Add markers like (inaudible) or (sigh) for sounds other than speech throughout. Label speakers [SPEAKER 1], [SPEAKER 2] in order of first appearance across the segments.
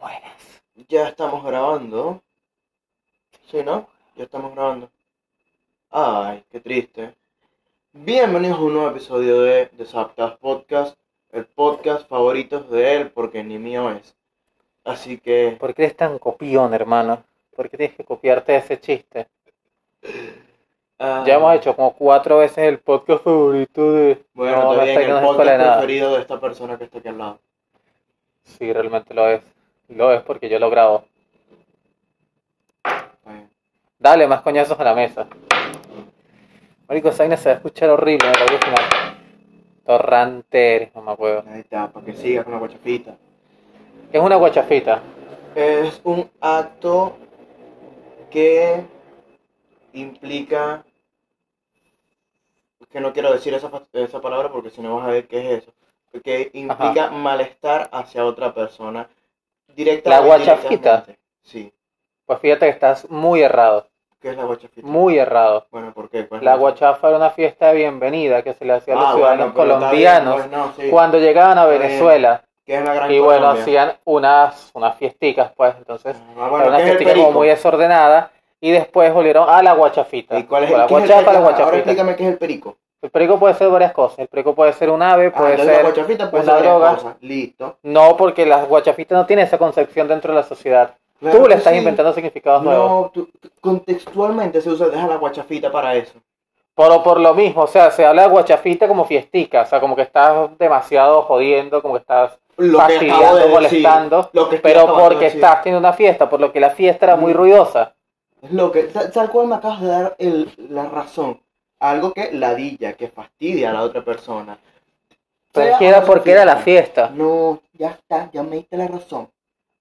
[SPEAKER 1] Buenas.
[SPEAKER 2] Ya estamos grabando. ¿Sí, no? Ya estamos grabando. Ay, qué triste. Bienvenidos a un nuevo episodio de Desaptas Podcast, el podcast favorito de él porque ni mío es. Así que
[SPEAKER 1] ¿Por qué eres tan copión, hermano? ¿Por qué tienes que copiarte de ese chiste?
[SPEAKER 2] ah,
[SPEAKER 1] Ya hemos hecho como cuatro veces el podcast favorito de...
[SPEAKER 2] Bueno,
[SPEAKER 1] no,
[SPEAKER 2] está
[SPEAKER 1] no
[SPEAKER 2] bien,
[SPEAKER 1] está que no
[SPEAKER 2] el
[SPEAKER 1] es escuela de
[SPEAKER 2] podcast
[SPEAKER 1] nada.
[SPEAKER 2] preferido de esta persona que está aquí al lado.
[SPEAKER 1] Sí, realmente lo es. Lo es porque yo lo grabo.
[SPEAKER 2] Está bien.
[SPEAKER 1] Dale, más coñazos a la mesa. Marico, esa vaina se va a escuchar horrible en el audio final. Torrante eres, mamá huevo.
[SPEAKER 2] Ahí está, para que siga con la guachafita.
[SPEAKER 1] ¿Qué es una guachafita?
[SPEAKER 2] Es un acto que implica, que no quiero decir esa, fa- esa palabra porque si no vas a ver qué es eso, que implica malestar hacia otra persona directa
[SPEAKER 1] ¿La
[SPEAKER 2] o
[SPEAKER 1] guachafita?
[SPEAKER 2] indirectamente. Sí,
[SPEAKER 1] Pues fíjate que estás muy errado.
[SPEAKER 2] ¿qué es la guachafita?
[SPEAKER 1] Muy errado.
[SPEAKER 2] Bueno, ¿por qué? ¿Cuál es
[SPEAKER 1] La guachafa era una fiesta de bienvenida que se le hacía a los
[SPEAKER 2] Ah, bueno,
[SPEAKER 1] ciudadanos
[SPEAKER 2] pero está bien,
[SPEAKER 1] colombianos
[SPEAKER 2] bueno, sí,
[SPEAKER 1] cuando llegaban a
[SPEAKER 2] Está bien.
[SPEAKER 1] Venezuela.
[SPEAKER 2] ¿qué es la gran
[SPEAKER 1] Y bueno,
[SPEAKER 2] Colombia?
[SPEAKER 1] hacían unas, unas fiesticas, pues. Entonces,
[SPEAKER 2] Ah, bueno,
[SPEAKER 1] era una
[SPEAKER 2] ¿qué es el
[SPEAKER 1] fiestica como
[SPEAKER 2] perico?
[SPEAKER 1] muy desordenada. Y después volvieron a la guachafita.
[SPEAKER 2] ¿Y cuál es
[SPEAKER 1] O
[SPEAKER 2] el,
[SPEAKER 1] la
[SPEAKER 2] qué es el
[SPEAKER 1] guachafa, la
[SPEAKER 2] perico? Ahora
[SPEAKER 1] guachafita.
[SPEAKER 2] explícame qué es el perico.
[SPEAKER 1] El perico puede ser varias cosas. El perico puede ser un ave,
[SPEAKER 2] Ah,
[SPEAKER 1] puede
[SPEAKER 2] entonces la
[SPEAKER 1] ser.
[SPEAKER 2] guachafita puede
[SPEAKER 1] una
[SPEAKER 2] ser varias
[SPEAKER 1] droga.
[SPEAKER 2] cosas. Listo.
[SPEAKER 1] No, porque las guachafitas no tienen esa concepción dentro de la sociedad.
[SPEAKER 2] Claro
[SPEAKER 1] Tú
[SPEAKER 2] que
[SPEAKER 1] le estás
[SPEAKER 2] sí.
[SPEAKER 1] inventando significados nuevos.
[SPEAKER 2] No, tú- contextualmente se usa deja la guachafita para eso.
[SPEAKER 1] Pero por lo mismo, o sea, se habla de guachafita como fiestica. O sea, como que estás demasiado jodiendo, como que estás
[SPEAKER 2] Lo que acabo
[SPEAKER 1] fastidiando,
[SPEAKER 2] de decir,
[SPEAKER 1] molestando.
[SPEAKER 2] lo que estoy
[SPEAKER 1] Pero
[SPEAKER 2] acabando de
[SPEAKER 1] porque
[SPEAKER 2] decir.
[SPEAKER 1] estás teniendo una fiesta, por lo que la fiesta era muy
[SPEAKER 2] Mm.
[SPEAKER 1] ruidosa.
[SPEAKER 2] Lo que, tal tal cual me acabas de dar el- la razón. Algo que ladilla, que fastidia a la otra persona.
[SPEAKER 1] Pero
[SPEAKER 2] Sea
[SPEAKER 1] es que era
[SPEAKER 2] una
[SPEAKER 1] porque era la fiesta.
[SPEAKER 2] No, ya está, ya me diste la razón.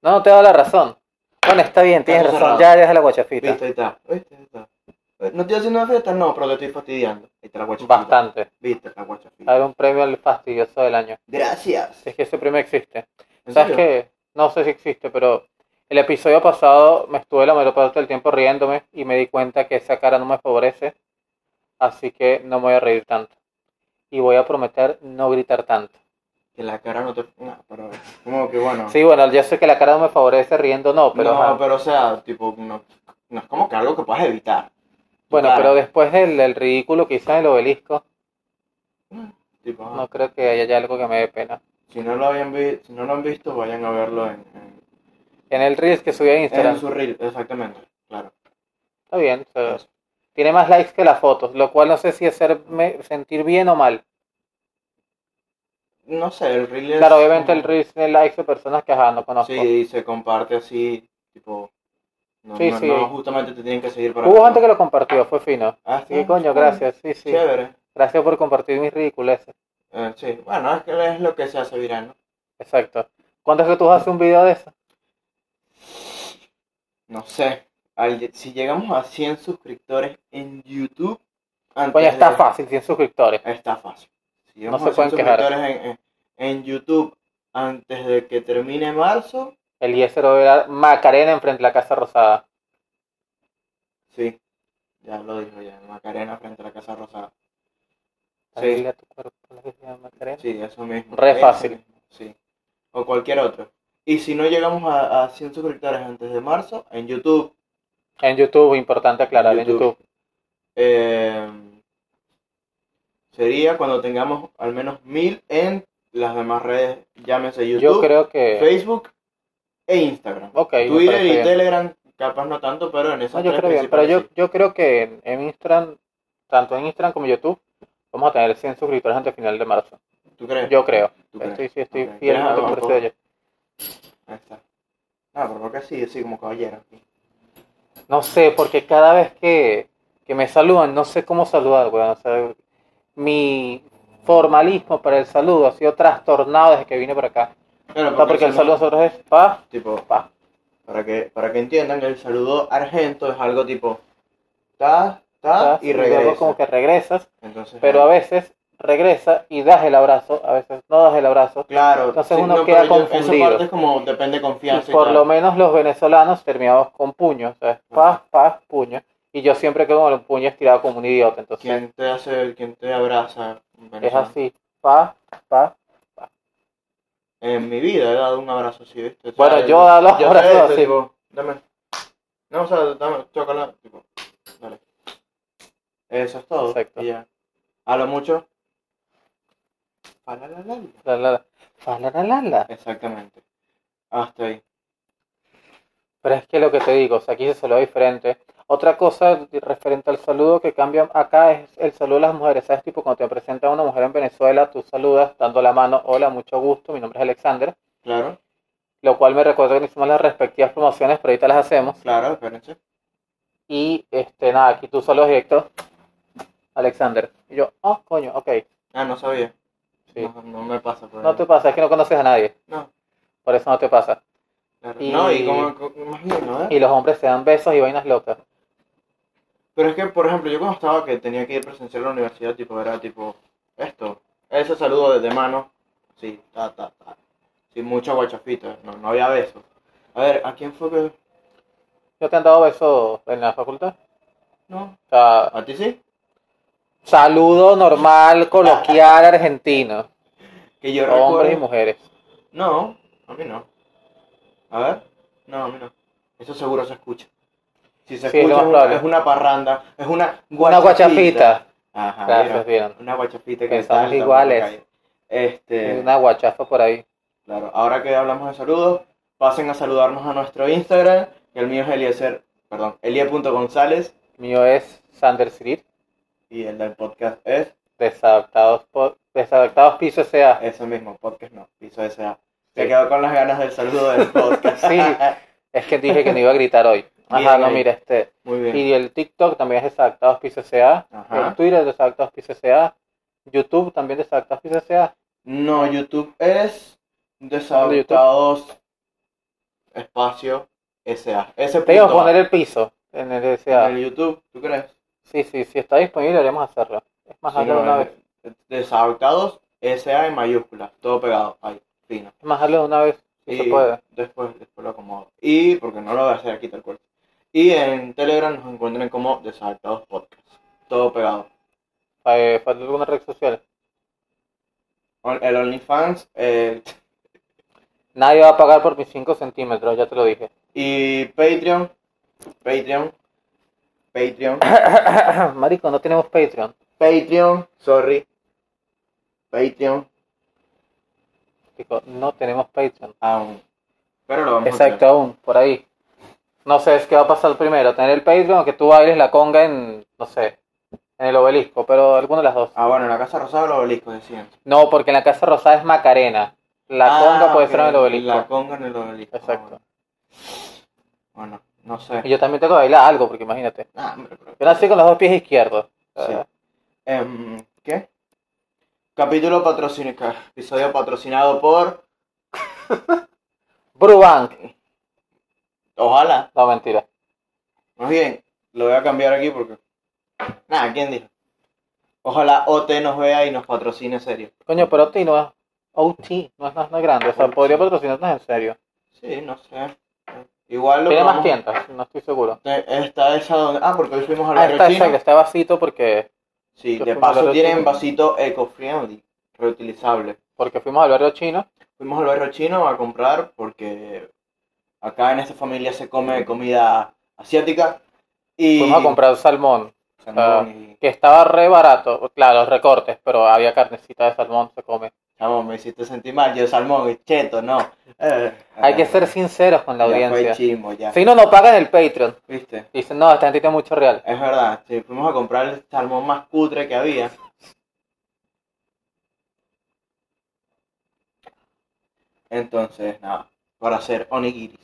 [SPEAKER 1] No, no te da la razón. Bueno, está bien, tienes
[SPEAKER 2] Estamos
[SPEAKER 1] razón.
[SPEAKER 2] cerrados.
[SPEAKER 1] Ya deja la guachafita.
[SPEAKER 2] Viste, ahí está. ¿Viste? Ahí está. Eh, No estoy haciendo una fiesta, no, pero te estoy fastidiando. Ahí está la guachafita.
[SPEAKER 1] Bastante.
[SPEAKER 2] Viste, la guachafita.
[SPEAKER 1] Dar un premio al fastidioso del año.
[SPEAKER 2] Gracias.
[SPEAKER 1] Si es que ese premio existe.
[SPEAKER 2] ¿En serio?
[SPEAKER 1] ¿Sabes qué? No sé si existe, pero el episodio pasado me estuve la mayor parte del tiempo riéndome y me di cuenta que esa cara no me favorece. Así que no me voy a reír tanto. Y voy a prometer no gritar tanto.
[SPEAKER 2] Que la cara no te. No, pero. Como que bueno.
[SPEAKER 1] Sí, bueno, ya sé que la cara no me favorece riendo, no, pero.
[SPEAKER 2] no,
[SPEAKER 1] ajá.
[SPEAKER 2] pero o sea, tipo, no, no es como que algo que puedas evitar.
[SPEAKER 1] bueno,
[SPEAKER 2] Claro,
[SPEAKER 1] pero después del, del ridículo que hice en el obelisco,
[SPEAKER 2] tipo, ah,
[SPEAKER 1] no creo que haya ya algo que me dé pena.
[SPEAKER 2] si, no lo habían vi- si no lo han visto, vayan a verlo en, en-
[SPEAKER 1] En el Reels que subí a
[SPEAKER 2] en
[SPEAKER 1] Instagram.
[SPEAKER 2] su reel, exactamente. Claro.
[SPEAKER 1] Está bien. o sea,
[SPEAKER 2] Eso.
[SPEAKER 1] tiene más likes que las fotos, lo cual no sé si hacerme sentir bien o mal.
[SPEAKER 2] No sé, el reel es.
[SPEAKER 1] Claro, obviamente el
[SPEAKER 2] como-
[SPEAKER 1] reel tiene likes de personas que ajá, no conozco.
[SPEAKER 2] Sí, se comparte así, tipo. No,
[SPEAKER 1] Sí,
[SPEAKER 2] no,
[SPEAKER 1] sí.
[SPEAKER 2] no, justamente te tienen que seguir para.
[SPEAKER 1] Hubo gente que lo compartió, fue fino.
[SPEAKER 2] Ah,
[SPEAKER 1] Sí,
[SPEAKER 2] está,
[SPEAKER 1] coño,
[SPEAKER 2] está
[SPEAKER 1] gracias. Sí, sí.
[SPEAKER 2] Chévere.
[SPEAKER 1] Gracias por compartir mis ridiculeces.
[SPEAKER 2] Eh, sí, bueno, es que es lo que se hace viral, ¿no?
[SPEAKER 1] Exacto. ¿Cuánto es que tú haces un video de eso?
[SPEAKER 2] No sé. al- si llegamos a 100 suscriptores en YouTube. antes
[SPEAKER 1] Coño, está
[SPEAKER 2] de-
[SPEAKER 1] fácil, 100 suscriptores.
[SPEAKER 2] Está fácil. Si
[SPEAKER 1] No
[SPEAKER 2] vamos
[SPEAKER 1] se
[SPEAKER 2] a hacer
[SPEAKER 1] pueden quejar.
[SPEAKER 2] suscriptores En, en- en YouTube antes de que termine marzo,
[SPEAKER 1] El Eliezer era Macarena enfrente de la Casa Rosada.
[SPEAKER 2] sí. Ya lo dijo ya, Macarena frente a la Casa Rosada. Sí,
[SPEAKER 1] Dale a tu cuerpo la que se llama Macarena.
[SPEAKER 2] sí, eso mismo.
[SPEAKER 1] Re
[SPEAKER 2] Eso
[SPEAKER 1] fácil.
[SPEAKER 2] mismo, sí. O cualquier otro. Y si no llegamos a, a 100 suscriptores antes de marzo, en YouTube,
[SPEAKER 1] En YouTube, importante aclarar, en
[SPEAKER 2] YouTube.
[SPEAKER 1] YouTube.
[SPEAKER 2] eh, sería cuando tengamos al menos 1000 en las demás redes, llámese YouTube,
[SPEAKER 1] Yo creo que...
[SPEAKER 2] Facebook e Instagram.
[SPEAKER 1] Ok, me
[SPEAKER 2] Twitter
[SPEAKER 1] parece
[SPEAKER 2] y
[SPEAKER 1] bien.
[SPEAKER 2] Telegram, capaz no tanto, pero en
[SPEAKER 1] No,
[SPEAKER 2] esas
[SPEAKER 1] yo
[SPEAKER 2] tres
[SPEAKER 1] creo bien, pero yo,
[SPEAKER 2] principales
[SPEAKER 1] yo creo que en, en Instagram, tanto en Instagram como YouTube, vamos a tener 100 suscriptores antes final de marzo.
[SPEAKER 2] sí. ¿Tú crees?
[SPEAKER 1] Yo creo.
[SPEAKER 2] ¿Tú crees?
[SPEAKER 1] Estoy, sí, estoy
[SPEAKER 2] Ok. Ya,
[SPEAKER 1] fielmente
[SPEAKER 2] vamos,
[SPEAKER 1] convencido yo.
[SPEAKER 2] Ahí está. Ah, pero creo que sí, sí, como caballero.
[SPEAKER 1] No sé, porque cada vez que, que me saludan, no sé cómo saludar, weón. O sea, mi formalismo para el saludo ha sido trastornado desde que vine para acá.
[SPEAKER 2] Claro,
[SPEAKER 1] O sea, porque el saludo a nosotros es pa,
[SPEAKER 2] Tipo,
[SPEAKER 1] pa.
[SPEAKER 2] para que, para que entiendan, el saludo argento es algo tipo. Ta, ta,
[SPEAKER 1] ¿sabes?
[SPEAKER 2] y
[SPEAKER 1] luego
[SPEAKER 2] Ah, regresa.
[SPEAKER 1] como que regresas,
[SPEAKER 2] Entonces,
[SPEAKER 1] pero
[SPEAKER 2] ah,
[SPEAKER 1] a veces regresa y das el abrazo, a veces no das el abrazo.
[SPEAKER 2] Claro,
[SPEAKER 1] entonces uno
[SPEAKER 2] pero
[SPEAKER 1] queda
[SPEAKER 2] yo- Esa
[SPEAKER 1] confundido.
[SPEAKER 2] parte es como depende de
[SPEAKER 1] Y
[SPEAKER 2] confianza. y
[SPEAKER 1] por
[SPEAKER 2] tal.
[SPEAKER 1] lo menos los venezolanos terminamos con puños, ¿sabes? Paz,
[SPEAKER 2] Ajá.
[SPEAKER 1] paz, puño. Y yo siempre quedo con el puño estirado como un idiota, entonces
[SPEAKER 2] ¿Quién te hace, quién te abraza? en
[SPEAKER 1] es
[SPEAKER 2] Venezuela?
[SPEAKER 1] así, paz, paz.
[SPEAKER 2] En mi vida he dado un abrazo así, ¿viste? O sea,
[SPEAKER 1] Bueno,
[SPEAKER 2] el-
[SPEAKER 1] yo he dado
[SPEAKER 2] ya
[SPEAKER 1] abrazos
[SPEAKER 2] sé,
[SPEAKER 1] así.
[SPEAKER 2] tipo, dame. No, o sea, dame, chócala, tipo, dale. Eso es todo.
[SPEAKER 1] Exacto.
[SPEAKER 2] Y ya. Hablo mucho. Falalalala.
[SPEAKER 1] La, la, la. Fa, la, la, la, la.
[SPEAKER 2] Exactamente. Hasta ahí.
[SPEAKER 1] Pero es que lo que te digo, o sea, aquí se saluda diferente. Otra cosa referente al saludo que cambia acá es el saludo a las mujeres. ¿Sabes? Tipo, cuando te presenta una mujer en Venezuela, tú saludas dando la mano, hola, mucho gusto, mi nombre es Alexander.
[SPEAKER 2] Claro,
[SPEAKER 1] Lo cual me recuerda que no hicimos las respectivas promociones, pero ahorita las hacemos.
[SPEAKER 2] claro, espérense.
[SPEAKER 1] Y este, nada, aquí tú saludas directo, Alexander. Y yo, ah, coño, ok.
[SPEAKER 2] Ah, no sabía.
[SPEAKER 1] Sí.
[SPEAKER 2] No, no me pasa por
[SPEAKER 1] No
[SPEAKER 2] ahí.
[SPEAKER 1] te pasa, es que no conoces a nadie,
[SPEAKER 2] No,
[SPEAKER 1] por eso no te pasa.
[SPEAKER 2] claro.
[SPEAKER 1] Y-
[SPEAKER 2] No, y como, como- imagino, ¿eh?
[SPEAKER 1] Y los hombres se dan besos y vainas locas.
[SPEAKER 2] Pero es que, por ejemplo, yo cuando estaba que tenía que ir presencial a la universidad, tipo, era tipo, esto, ese saludo de, de mano, sí, ta, ta, ta, sin mucha guachafita, no, no había besos. A ver, ¿a quién fue que...?
[SPEAKER 1] ¿No te han dado besos en la facultad?
[SPEAKER 2] No.
[SPEAKER 1] O sea,
[SPEAKER 2] ¿A ti sí?
[SPEAKER 1] Saludo normal, coloquial argentino.
[SPEAKER 2] Que yo
[SPEAKER 1] Hombres y
[SPEAKER 2] recuerdo...
[SPEAKER 1] mujeres.
[SPEAKER 2] No, a mí no. A ver, no, a mí no. Eso seguro se escucha. Si se
[SPEAKER 1] Sí, es
[SPEAKER 2] escucha
[SPEAKER 1] lo más
[SPEAKER 2] es una,
[SPEAKER 1] probable.
[SPEAKER 2] es una parranda, es una
[SPEAKER 1] Una guachafita.
[SPEAKER 2] Ajá,
[SPEAKER 1] Gracias, vieron.
[SPEAKER 2] Ah, mira, una guachafita que
[SPEAKER 1] Pensamos
[SPEAKER 2] está en el
[SPEAKER 1] iguales.
[SPEAKER 2] calle. Este...
[SPEAKER 1] Una guachafa por ahí.
[SPEAKER 2] Claro, ahora que hablamos de saludos, pasen a saludarnos a nuestro Instagram, que el mío es Eliezer, perdón, elie.gonzález
[SPEAKER 1] Mío es Sander Sirit,
[SPEAKER 2] y el del podcast es
[SPEAKER 1] desadaptados, po- desadaptados piso S.A.
[SPEAKER 2] ese mismo, podcast no, piso S.A. Se
[SPEAKER 1] Sí.
[SPEAKER 2] quedó con las ganas del saludo del podcast.
[SPEAKER 1] (laughs) Sí. Es que dije que no iba a gritar hoy. Ajá,
[SPEAKER 2] Bien
[SPEAKER 1] no,
[SPEAKER 2] ahí.
[SPEAKER 1] mira, este.
[SPEAKER 2] (laughs) Muy bien.
[SPEAKER 1] Y el TikTok también es desadaptados piso S.A.
[SPEAKER 2] Ajá.
[SPEAKER 1] El Twitter es desadaptados piso S.A. YouTube también desadaptados piso S.A.
[SPEAKER 2] No, YouTube es
[SPEAKER 1] YouTube?
[SPEAKER 2] desadaptados espacio S.A. Ese
[SPEAKER 1] Te iba a
[SPEAKER 2] punto
[SPEAKER 1] poner el piso en el
[SPEAKER 2] va
[SPEAKER 1] S.A.
[SPEAKER 2] en el YouTube, ¿tú crees?
[SPEAKER 1] Sí, sí, sí está disponible, haremos hacerlo. Es más,
[SPEAKER 2] Sí,
[SPEAKER 1] hazlo
[SPEAKER 2] no,
[SPEAKER 1] de una vez.
[SPEAKER 2] eh, Desadaptados S.A. en mayúsculas, todo pegado, ahí, fino.
[SPEAKER 1] Es más, hazlo de una vez, si se
[SPEAKER 2] Y
[SPEAKER 1] puede.
[SPEAKER 2] Después, después lo acomodo. Y porque no lo voy a hacer aquí tal cual. Y en Telegram nos encuentran como Desadaptados Podcast. Todo pegado.
[SPEAKER 1] Eh, ¿Falta alguna red social?
[SPEAKER 2] On- El OnlyFans. eh, el-
[SPEAKER 1] Nadie va a pagar por mis 5 centímetros, ya te lo dije. (clears throat)
[SPEAKER 2] y Patreon. Patreon.
[SPEAKER 1] (coughs)
[SPEAKER 2] Patreon.
[SPEAKER 1] Marico, no tenemos Patreon.
[SPEAKER 2] Patreon. Sorry. Patreon.
[SPEAKER 1] Digo, no tenemos Patreon.
[SPEAKER 2] Aún. Pero lo vamos
[SPEAKER 1] Exacto,
[SPEAKER 2] a hacer.
[SPEAKER 1] aún, por ahí. No sé, es que va a pasar primero, tener el Patreon o que tú bailes la conga en, no sé, en el obelisco, pero alguna de las dos.
[SPEAKER 2] Ah, bueno, la Casa Rosada o los obeliscos decían.
[SPEAKER 1] No, porque en la Casa Rosada es Macarena. La
[SPEAKER 2] Ah,
[SPEAKER 1] conga puede ser en
[SPEAKER 2] ok,
[SPEAKER 1] el obelisco.
[SPEAKER 2] La conga en el obelisco. ah,
[SPEAKER 1] Exacto.
[SPEAKER 2] bueno. Bueno, no sé.
[SPEAKER 1] Y yo también tengo que bailar algo, porque imagínate.
[SPEAKER 2] Ah, hombre, pero-
[SPEAKER 1] Yo nací con los dos pies izquierdos.
[SPEAKER 2] Sí.
[SPEAKER 1] Eh,
[SPEAKER 2] Em, ¿Qué? Capítulo patrocinado. Episodio patrocinado por.
[SPEAKER 1] Brubank.
[SPEAKER 2] Ojalá.
[SPEAKER 1] No, mentira.
[SPEAKER 2] Más bien, lo voy a cambiar aquí porque. Nada, ¿quién dijo? Ojalá OT nos vea y nos patrocine serio.
[SPEAKER 1] Coño, pero OT no es OT, no es nada grande. O sea,
[SPEAKER 2] OT.
[SPEAKER 1] podría patrocinarnos en serio.
[SPEAKER 2] Sí, no sé. Igual lo
[SPEAKER 1] Tiene más
[SPEAKER 2] probamos.
[SPEAKER 1] tiendas, no estoy seguro.
[SPEAKER 2] Te- Está esa donde. Ah, porque hoy fuimos al
[SPEAKER 1] Ah,
[SPEAKER 2] barrio
[SPEAKER 1] está
[SPEAKER 2] chino.
[SPEAKER 1] exacto, está vasito porque,
[SPEAKER 2] Sí,
[SPEAKER 1] Yo
[SPEAKER 2] de
[SPEAKER 1] fui al
[SPEAKER 2] paso
[SPEAKER 1] barrio
[SPEAKER 2] tienen
[SPEAKER 1] chino.
[SPEAKER 2] vasito eco-friendly, reutilizable.
[SPEAKER 1] porque fuimos al barrio chino.
[SPEAKER 2] Fuimos al barrio chino a comprar porque acá en esta familia se come comida asiática. Y
[SPEAKER 1] Fuimos a comprar ah. salmón,
[SPEAKER 2] Salmón y-
[SPEAKER 1] que estaba re barato. Claro, los recortes, pero había carnecita de salmón, se come.
[SPEAKER 2] Chamo, me hiciste sentir mal. Yo salmón, y cheto, no. Eh,
[SPEAKER 1] Hay
[SPEAKER 2] eh,
[SPEAKER 1] que ser sinceros con la
[SPEAKER 2] Ya fue
[SPEAKER 1] audiencia.
[SPEAKER 2] chimbo, ya.
[SPEAKER 1] Si no, no pagan el Patreon.
[SPEAKER 2] ¿Viste?
[SPEAKER 1] Dicen, no, esta gente tiene mucho real.
[SPEAKER 2] Es verdad. sí, fuimos a comprar el salmón más cutre que había. Entonces, nada. Para hacer onigiris.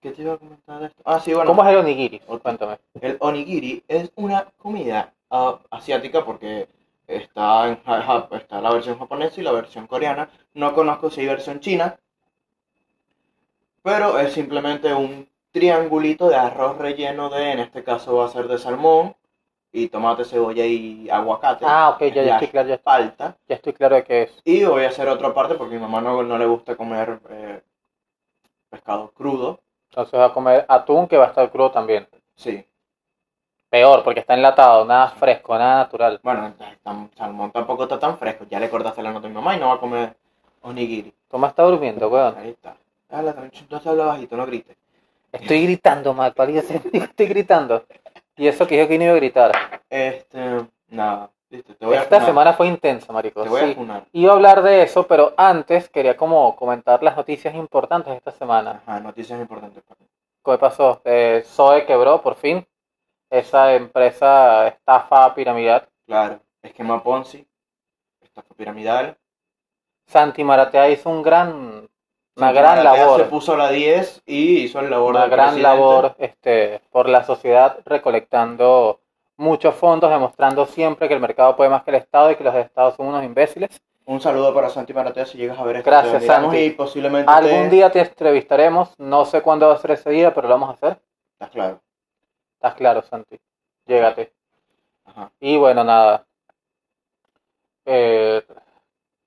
[SPEAKER 2] ¿Qué te iba a comentar de esto? Ah, sí, bueno.
[SPEAKER 1] ¿Cómo es el onigiri?
[SPEAKER 2] Ok.
[SPEAKER 1] Cuéntame.
[SPEAKER 2] El onigiri es una comida ah, asiática porque está, en, ja- ja- está la versión japonesa y la versión coreana. No conozco si hay versión china, pero es simplemente un triangulito de arroz relleno de, en este caso va a ser de salmón y tomate, cebolla y aguacate.
[SPEAKER 1] Ah, ok, ya, ya
[SPEAKER 2] slash
[SPEAKER 1] estoy claro, ya,
[SPEAKER 2] palta.
[SPEAKER 1] ya estoy claro de qué es.
[SPEAKER 2] Y voy a hacer otra parte porque a mi mamá no, no le gusta comer eh, pescado crudo.
[SPEAKER 1] Entonces va a comer atún que va a estar crudo también.
[SPEAKER 2] Sí,
[SPEAKER 1] Peor, porque está enlatado, nada fresco, nada natural.
[SPEAKER 2] Bueno, el salmón tampoco está tan fresco. Ya le cortaste la nota a mi mamá y no va a comer Onigiri.
[SPEAKER 1] Toma está durmiendo, weón.
[SPEAKER 2] Ahí está. Habla tranquilo, entonces habla bajito, no grites.
[SPEAKER 1] Estoy gritando, mal parido. (laughs) Estoy gritando. Y eso que yo que no iba a gritar.
[SPEAKER 2] Este, nada, listo, te voy a
[SPEAKER 1] Esta
[SPEAKER 2] funar.
[SPEAKER 1] semana fue intensa, marico.
[SPEAKER 2] Te voy a
[SPEAKER 1] Sí.
[SPEAKER 2] funar.
[SPEAKER 1] Iba a hablar de eso, pero antes quería como comentar las noticias importantes de esta semana.
[SPEAKER 2] Ajá, noticias importantes para mí.
[SPEAKER 1] ¿Qué pasó? Eh, Zoe quebró, por fin. Esa empresa estafa piramidal.
[SPEAKER 2] Claro, esquema Ponzi, estafa piramidal.
[SPEAKER 1] Santi Maratea hizo un gran, una gran
[SPEAKER 2] Maratea
[SPEAKER 1] labor.
[SPEAKER 2] Se puso a la 10 y hizo el labor
[SPEAKER 1] una
[SPEAKER 2] del
[SPEAKER 1] gran
[SPEAKER 2] presidente.
[SPEAKER 1] labor este, por la sociedad recolectando muchos fondos, demostrando siempre que el mercado puede más que el Estado y que los estados son unos imbéciles.
[SPEAKER 2] Un saludo para Santi Maratea si llegas a ver esto.
[SPEAKER 1] Gracias,
[SPEAKER 2] te admiramos
[SPEAKER 1] Santi.
[SPEAKER 2] Y posiblemente
[SPEAKER 1] Algún
[SPEAKER 2] te-
[SPEAKER 1] día te entrevistaremos, no sé cuándo va a ser ese día, pero lo vamos a hacer.
[SPEAKER 2] Estás claro.
[SPEAKER 1] Estás claro, Santi. Llégate.
[SPEAKER 2] Ajá.
[SPEAKER 1] Y bueno, nada. Eh,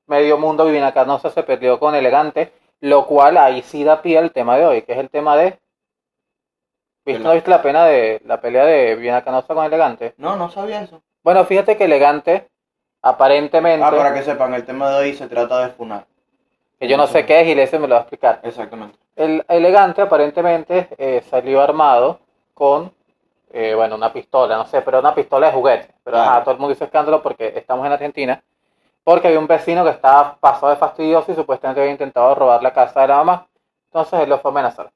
[SPEAKER 1] medio mundo Vivinacanosa se perdió con Elegante, lo cual ahí sí da pie al tema de hoy, que es el tema de... ¿Viste,
[SPEAKER 2] De la-
[SPEAKER 1] ¿No viste la pena de la pelea de Vivinacanosa con Elegante?
[SPEAKER 2] No, no sabía eso.
[SPEAKER 1] Bueno, fíjate que elegante, aparentemente,
[SPEAKER 2] Ah, para que sepan, el tema de hoy se trata de funar.
[SPEAKER 1] que yo no sé qué es y Leslie me lo va a explicar.
[SPEAKER 2] Exactamente.
[SPEAKER 1] El elegante aparentemente eh, salió armado con, eh, bueno, una pistola, no sé, pero una pistola de juguete. Pero
[SPEAKER 2] Claro.
[SPEAKER 1] ajá, todo el mundo hizo escándalo porque estamos en Argentina, porque había un vecino que estaba pasado de fastidioso y supuestamente había intentado robar la casa de la mamá. Entonces él lo fue a amenazar.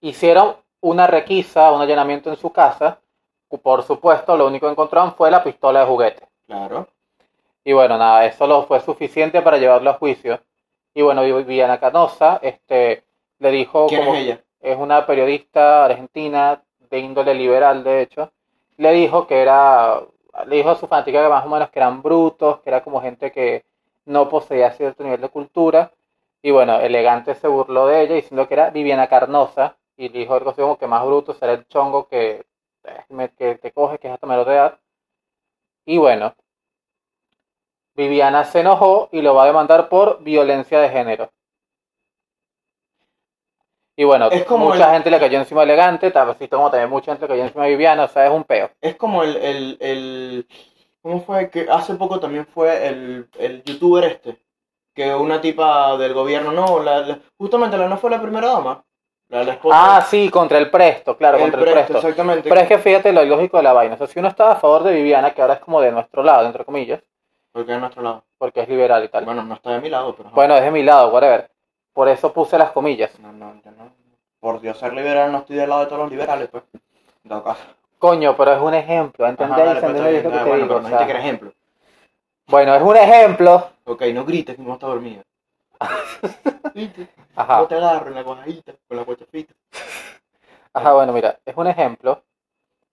[SPEAKER 1] Hicieron una requisa, un allanamiento en su casa. Por supuesto, lo único que encontraron fue la pistola de juguete.
[SPEAKER 2] Claro.
[SPEAKER 1] Y bueno, nada, eso lo fue suficiente para llevarlo a juicio. Y bueno, Vi- Viviana Canosa, este, le dijo
[SPEAKER 2] ¿Quién
[SPEAKER 1] como
[SPEAKER 2] es ella?
[SPEAKER 1] es una periodista argentina de índole liberal, de hecho, le dijo que era, le dijo a su fanática que más o menos que eran brutos, que era como gente que no poseía cierto nivel de cultura. Y bueno, elegante se burló de ella diciendo que era Viviana Carnosa y le dijo algo así como que más bruto será el chongo que, eh, que te coge, que es hasta menor de edad. Y bueno, Viviana se enojó y lo va a demandar por violencia de género. Y bueno,
[SPEAKER 2] Es como
[SPEAKER 1] mucha
[SPEAKER 2] el-
[SPEAKER 1] gente le cayó encima a elegante, tal vez sí, como también mucha gente le cayó encima a Viviana, o sea, es un peo.
[SPEAKER 2] Es como el, el, el... ¿Cómo fue? Que hace poco también fue el, el youtuber este. Que una tipa del gobierno, no, la, la- justamente la no fue la primera dama. La, la esposa.
[SPEAKER 1] Ah, sí, contra el presto, claro, contra el presto.
[SPEAKER 2] Exactamente.
[SPEAKER 1] Pero es que fíjate lo ilógico de la vaina. O sea, si uno está a favor de Viviana, que ahora es como de nuestro lado, entre comillas,
[SPEAKER 2] Porque es nuestro lado.
[SPEAKER 1] porque es liberal y tal. Bueno,
[SPEAKER 2] Bueno, no está de mi lado, pero...
[SPEAKER 1] es de mi lado, whatever. Por eso puse las comillas.
[SPEAKER 2] No, no, yo no. Por Dios, ser liberal no estoy del lado de todos los liberales, pues. En todo caso.
[SPEAKER 1] Coño, pero es un ejemplo.
[SPEAKER 2] Ajá,
[SPEAKER 1] ¿Entendéis?
[SPEAKER 2] dale, pues, está
[SPEAKER 1] ¿Entendéis
[SPEAKER 2] bien.
[SPEAKER 1] lo que
[SPEAKER 2] Ah,
[SPEAKER 1] te
[SPEAKER 2] bueno,
[SPEAKER 1] digo?
[SPEAKER 2] pero
[SPEAKER 1] O
[SPEAKER 2] no
[SPEAKER 1] sea,
[SPEAKER 2] dijiste que era ejemplo.
[SPEAKER 1] Bueno, es un ejemplo.
[SPEAKER 2] Ok, no grites, que no está
[SPEAKER 1] (laughs)
[SPEAKER 2] dormida. ¿Viste?
[SPEAKER 1] Ajá,
[SPEAKER 2] No te agarro en la guajadita, con la guachapita.
[SPEAKER 1] ajá, bueno, mira, es un ejemplo.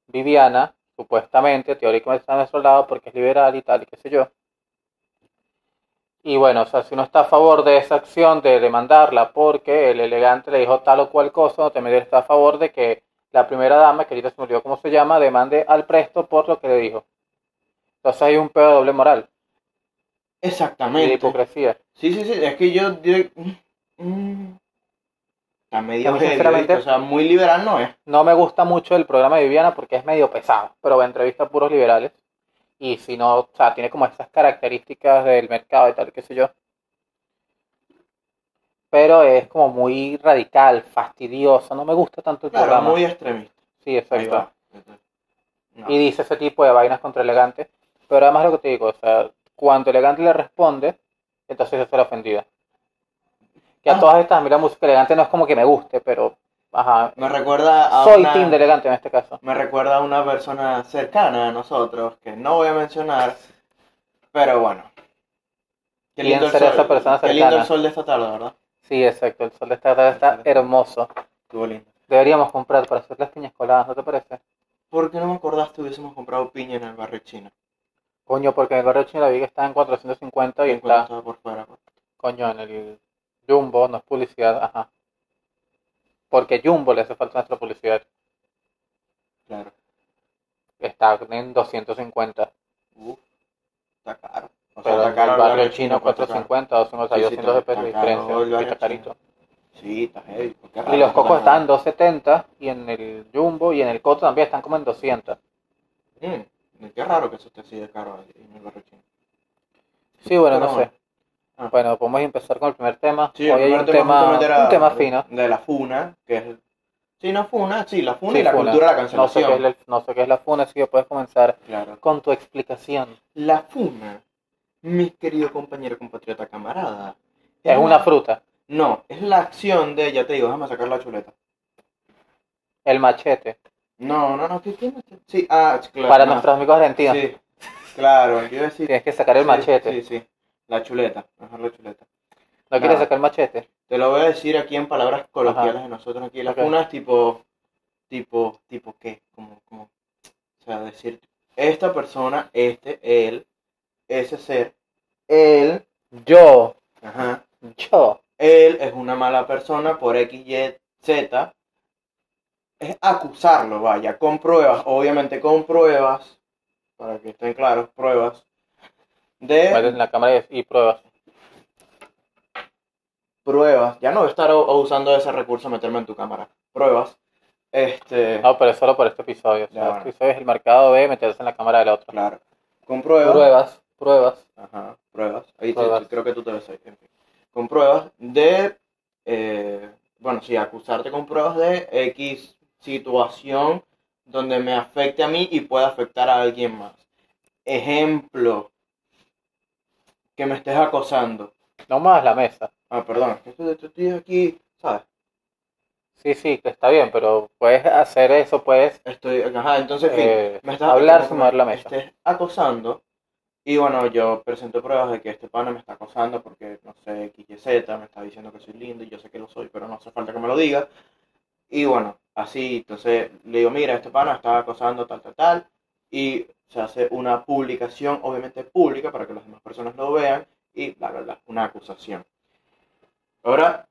[SPEAKER 1] Viviana, supuestamente, teóricamente está a nuestro lado porque es liberal y tal, y qué sé yo. Y bueno, o sea, si uno está a favor de esa acción de demandarla porque el elegante le dijo tal o cual cosa, también está a favor de que la primera dama, que ahorita se me olvidó cómo se llama, demande al presto por lo que le dijo. Entonces hay un pedo de doble moral y de
[SPEAKER 2] Exactamente.
[SPEAKER 1] hipocresía.
[SPEAKER 2] Sí, sí, sí, es que yo... diré- Mm. Está
[SPEAKER 1] A
[SPEAKER 2] medio
[SPEAKER 1] mí,
[SPEAKER 2] heavy,
[SPEAKER 1] sinceramente-
[SPEAKER 2] ¿viste? o sea, muy liberal no es.
[SPEAKER 1] No me gusta mucho el programa de Viviana porque es medio pesado, pero entrevista a puros liberales. Y si no, o sea, tiene como esas características del mercado y tal, qué sé yo. Pero es como muy radical, fastidioso. No me gusta tanto el
[SPEAKER 2] Claro,
[SPEAKER 1] programa.
[SPEAKER 2] muy extremista.
[SPEAKER 1] Sí,
[SPEAKER 2] Ahí
[SPEAKER 1] exacto.
[SPEAKER 2] va. No.
[SPEAKER 1] Y dice ese tipo de vainas contra elegante. Pero además lo que te digo, o sea, cuando elegante le responde, entonces se hace la ofendida. Que a
[SPEAKER 2] Ah.
[SPEAKER 1] todas estas, mira, música elegante no es como que me guste, pero, ajá.
[SPEAKER 2] Me recuerda a
[SPEAKER 1] Soy
[SPEAKER 2] una...
[SPEAKER 1] team de elegante en este caso.
[SPEAKER 2] Me recuerda a una persona cercana a nosotros, que no voy a mencionar, pero bueno. Qué
[SPEAKER 1] ¿Quién será esa persona
[SPEAKER 2] Qué lindo
[SPEAKER 1] cercana?
[SPEAKER 2] el sol de esta tarde, ¿verdad?
[SPEAKER 1] Sí, exacto. El sol de esta tarde está hermoso.
[SPEAKER 2] Estuvo lindo.
[SPEAKER 1] Deberíamos comprar para hacer las piñas coladas, ¿no te parece?
[SPEAKER 2] ¿Por qué no me acordaste hubiésemos comprado piña en el barrio chino?
[SPEAKER 1] Coño, porque en el barrio de la Viga está en 450 y
[SPEAKER 2] En cuanto
[SPEAKER 1] está,
[SPEAKER 2] estaba por fuera. pues.
[SPEAKER 1] coño, en el Jumbo, no es publicidad, ajá. Porque Jumbo le hace falta nuestra publicidad.
[SPEAKER 2] Claro.
[SPEAKER 1] Está en 250.
[SPEAKER 2] Uf, está caro. O sea,
[SPEAKER 1] Pero
[SPEAKER 2] está
[SPEAKER 1] en
[SPEAKER 2] caro
[SPEAKER 1] el barrio chino
[SPEAKER 2] cuesta pues, caro.
[SPEAKER 1] 450, o sea, unos
[SPEAKER 2] Sí, sí,
[SPEAKER 1] 200 de
[SPEAKER 2] está
[SPEAKER 1] pesos de
[SPEAKER 2] caro,
[SPEAKER 1] diferencia.
[SPEAKER 2] el
[SPEAKER 1] sí,
[SPEAKER 2] barrio
[SPEAKER 1] está
[SPEAKER 2] chino.
[SPEAKER 1] carito.
[SPEAKER 2] Sí, está heavy. pues, qué
[SPEAKER 1] Y
[SPEAKER 2] raro,
[SPEAKER 1] los
[SPEAKER 2] no
[SPEAKER 1] cocos
[SPEAKER 2] está
[SPEAKER 1] están en 270 y en el Jumbo y en el Coto también están como en 200.
[SPEAKER 2] nada. Mm, qué raro que eso esté así de caro en el barrio chino.
[SPEAKER 1] Sí, bueno,
[SPEAKER 2] Pero
[SPEAKER 1] no sé.
[SPEAKER 2] Ah.
[SPEAKER 1] Bueno, podemos empezar con el primer tema.
[SPEAKER 2] Sí,
[SPEAKER 1] Hoy
[SPEAKER 2] el
[SPEAKER 1] hay
[SPEAKER 2] primer
[SPEAKER 1] un tema,
[SPEAKER 2] justamente era
[SPEAKER 1] un tema fino.
[SPEAKER 2] De la funa, que es. Sí, no funa, sí, la funa
[SPEAKER 1] Sí,
[SPEAKER 2] y la
[SPEAKER 1] funa.
[SPEAKER 2] cultura de la
[SPEAKER 1] No sé,
[SPEAKER 2] cancelación.
[SPEAKER 1] qué es la, no sé qué es la funa, así que puedes comenzar
[SPEAKER 2] Claro.
[SPEAKER 1] con tu explicación.
[SPEAKER 2] La funa, mi querido compañero, compatriota, camarada.
[SPEAKER 1] Es
[SPEAKER 2] Mm.
[SPEAKER 1] una fruta,
[SPEAKER 2] No, es la acción de, ya te digo, déjame sacar la chuleta.
[SPEAKER 1] el machete.
[SPEAKER 2] No, no, no, ¿qué qué machete? Sí, ah, es claro.
[SPEAKER 1] Para
[SPEAKER 2] no,
[SPEAKER 1] nuestros amigos argentinos,
[SPEAKER 2] Sí, claro, yo iba a decir.
[SPEAKER 1] tienes que sacar el
[SPEAKER 2] sí,
[SPEAKER 1] machete.
[SPEAKER 2] Sí, sí, la chuleta, mejor la chuleta.
[SPEAKER 1] ¿No quieres
[SPEAKER 2] Nada.
[SPEAKER 1] sacar el machete?
[SPEAKER 2] Te lo voy a decir aquí en palabras coloquiales de nosotros aquí. La
[SPEAKER 1] Ok.
[SPEAKER 2] funa es tipo, tipo, tipo qué, como, como, o sea, decir, esta persona, este, él, ese ser, él,
[SPEAKER 1] Yo,
[SPEAKER 2] ajá.
[SPEAKER 1] yo.
[SPEAKER 2] él es una mala persona por X, Y, Z, es acusarlo, vaya, con pruebas, obviamente con pruebas, para que estén claros, pruebas,
[SPEAKER 1] Vale,
[SPEAKER 2] de
[SPEAKER 1] en la cámara y, y pruebas.
[SPEAKER 2] Eh. pruebas, ya no voy a estar o- o usando ese recurso, meterme en tu cámara, pruebas, este,
[SPEAKER 1] No, pero es solo por este episodio. O sea,
[SPEAKER 2] Ya, bueno.
[SPEAKER 1] este episodio es el mercado de meterse en la cámara del otro.
[SPEAKER 2] claro, con pruebas,
[SPEAKER 1] Pruebas, pruebas.
[SPEAKER 2] Ajá, pruebas. Ahí sí,
[SPEAKER 1] Pruebas.
[SPEAKER 2] sí, creo que tú te lo sabes. en fin. Con pruebas de, eh, bueno, sí, acusarte con pruebas de X situación donde me afecte a mí y pueda afectar a alguien más. Ejemplo, que me estés acosando.
[SPEAKER 1] No más la mesa.
[SPEAKER 2] Ah, perdón, que esto- esto estoy aquí, ¿sabes?
[SPEAKER 1] Sí, sí, que está bien, pero puedes hacer eso, puedes
[SPEAKER 2] Estoy, ajá, entonces, en fin,
[SPEAKER 1] eh,
[SPEAKER 2] me estás
[SPEAKER 1] hablar,
[SPEAKER 2] como que este,
[SPEAKER 1] sumar la
[SPEAKER 2] me
[SPEAKER 1] mesa.
[SPEAKER 2] estés acosando. Y bueno, yo presento pruebas de que este pana me está acosando porque, no sé, X, Y, Z, me está diciendo que soy lindo y yo sé que lo soy, pero no hace falta que me lo diga. Y bueno, así, entonces le digo, mira, este pana está acosando tal, tal, tal. Y se hace una publicación, obviamente pública, para que las demás personas lo vean. Y bla, bla, bla, una acusación. Ahora,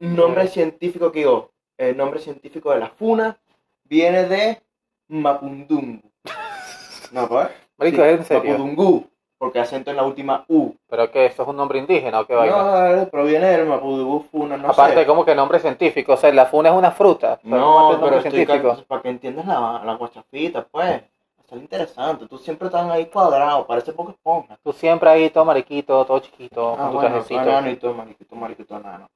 [SPEAKER 2] nombre científico que digo, el nombre científico de la funa viene de Mapundungu. (laughs) No, pues.
[SPEAKER 1] Marico,
[SPEAKER 2] Sí,
[SPEAKER 1] es en serio.
[SPEAKER 2] Mapudungú, porque acento en la última U.
[SPEAKER 1] Pero que eso es un nombre indígena o qué vaina.
[SPEAKER 2] No, proviene del Mapudungú Funa, no
[SPEAKER 1] Aparte,
[SPEAKER 2] sé.
[SPEAKER 1] como que nombre científico. O sea, la funa es una fruta. pero
[SPEAKER 2] No,
[SPEAKER 1] es nombre
[SPEAKER 2] pero estoy
[SPEAKER 1] científico.
[SPEAKER 2] ca- para que entiendas la, la guachafita, pues. Está interesante, tú siempre estás ahí cuadrado, parece poco esponja.
[SPEAKER 1] Tú siempre ahí todo mariquito, todo chiquito,
[SPEAKER 2] Ah,
[SPEAKER 1] con tu
[SPEAKER 2] bueno,
[SPEAKER 1] trajecito.
[SPEAKER 2] mariquito, mariquito, mariquito, nano.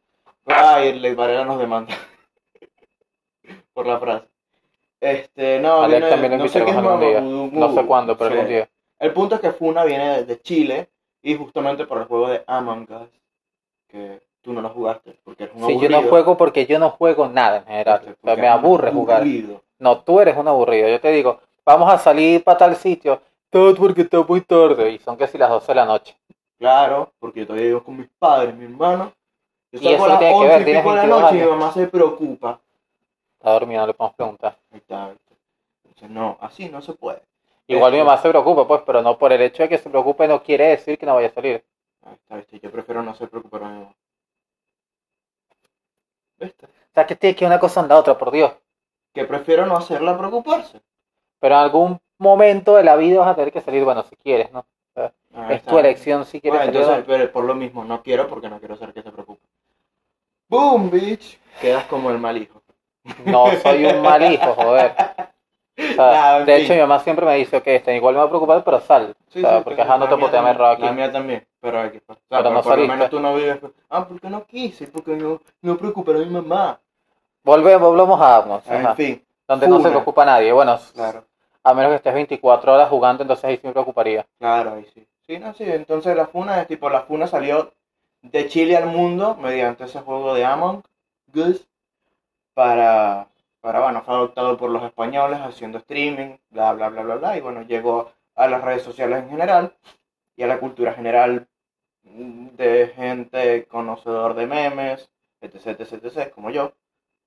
[SPEAKER 2] Ay, el Varela nos demanda. (laughs) Por la frase. Este, no,
[SPEAKER 1] Alex
[SPEAKER 2] viene-
[SPEAKER 1] también lo
[SPEAKER 2] no sé qué es
[SPEAKER 1] invitaremos algún día.
[SPEAKER 2] Mapudungú.
[SPEAKER 1] No sé cuándo, pero
[SPEAKER 2] Sí.
[SPEAKER 1] algún día.
[SPEAKER 2] El punto es que Funa viene de- de Chile y justamente por el juego de Among Us, que tú no lo jugaste porque eres un
[SPEAKER 1] Si yo
[SPEAKER 2] aburrido.
[SPEAKER 1] no juego porque yo no juego nada en general.
[SPEAKER 2] Este,
[SPEAKER 1] O sea,
[SPEAKER 2] porque
[SPEAKER 1] me
[SPEAKER 2] eres un
[SPEAKER 1] aburre jugar.
[SPEAKER 2] aburrido.
[SPEAKER 1] No, tú eres un aburrido. Yo te digo, vamos a salir para tal sitio. Todo porque está muy tarde. Y son casi las 12 de la noche.
[SPEAKER 2] Claro, porque yo todavía vivo con mis padres, mi hermano. Yo
[SPEAKER 1] Y
[SPEAKER 2] salgo
[SPEAKER 1] eso
[SPEAKER 2] a las
[SPEAKER 1] tiene que
[SPEAKER 2] 11
[SPEAKER 1] ver,
[SPEAKER 2] y
[SPEAKER 1] tienes
[SPEAKER 2] pico de la
[SPEAKER 1] 22
[SPEAKER 2] noche y mi
[SPEAKER 1] años.
[SPEAKER 2] mamá se preocupa.
[SPEAKER 1] Está dormido, no le podemos preguntar.
[SPEAKER 2] Ahí está, ¿viste? Entonces, no, así no se puede.
[SPEAKER 1] Igual mi
[SPEAKER 2] Este.
[SPEAKER 1] mamá se preocupa, pues, pero no por el hecho de que se preocupe no quiere decir que no vaya a salir.
[SPEAKER 2] Ahí está, ¿viste? Este, Yo prefiero no ser preocupado a mi mamá. ¿Viste?
[SPEAKER 1] O sea, que tiene que ir una cosa en la otra, por Dios.
[SPEAKER 2] Que prefiero no hacerla preocuparse.
[SPEAKER 1] Pero en algún momento de la vida vas a tener que salir, bueno, si quieres, ¿no?
[SPEAKER 2] Ahí
[SPEAKER 1] Es
[SPEAKER 2] Ah, está.
[SPEAKER 1] tu elección si quieres
[SPEAKER 2] Bueno,
[SPEAKER 1] salir o no.
[SPEAKER 2] entonces, pero por lo mismo, no quiero porque no quiero ser que se preocupe. ¡Boom, bitch! Quedas como el mal hijo.
[SPEAKER 1] No soy un mal
[SPEAKER 2] (laughs)
[SPEAKER 1] hijo, joder. O sea,
[SPEAKER 2] Nah, Ah, en
[SPEAKER 1] de
[SPEAKER 2] fin.
[SPEAKER 1] hecho, mi mamá siempre me dice que está igual me va a preocupar, pero sal.
[SPEAKER 2] Sí,
[SPEAKER 1] Claro,
[SPEAKER 2] sí,
[SPEAKER 1] porque,
[SPEAKER 2] pero
[SPEAKER 1] ajá, no
[SPEAKER 2] la
[SPEAKER 1] te
[SPEAKER 2] mía
[SPEAKER 1] puteas
[SPEAKER 2] también-
[SPEAKER 1] errado aquí.
[SPEAKER 2] La mía también, pero aquí está. O sea,
[SPEAKER 1] Pero
[SPEAKER 2] pero
[SPEAKER 1] no
[SPEAKER 2] por lo menos
[SPEAKER 1] saliste.
[SPEAKER 2] tú no vives. pues, Ah, porque no quise, porque no, no preocupé a mi mamá.
[SPEAKER 1] Volvemos, volvemos a Atmos,
[SPEAKER 2] Ah,
[SPEAKER 1] ajá,
[SPEAKER 2] En fin,
[SPEAKER 1] donde no se
[SPEAKER 2] funa.
[SPEAKER 1] preocupa nadie. Bueno, s-
[SPEAKER 2] claro,
[SPEAKER 1] a menos que estés 24 horas jugando, entonces ahí sí me preocuparía.
[SPEAKER 2] claro, ahí sí. Sí, no, sí, entonces la funa es tipo, la funa salió de Chile al mundo mediante ese juego de Among Us para, para, bueno, fue adoptado por los españoles haciendo streaming, bla, bla, bla, bla, bla, y bueno, llegó a las redes sociales en general y a la cultura general mm, de gente conocedor de memes, etc, etc, etc, como yo,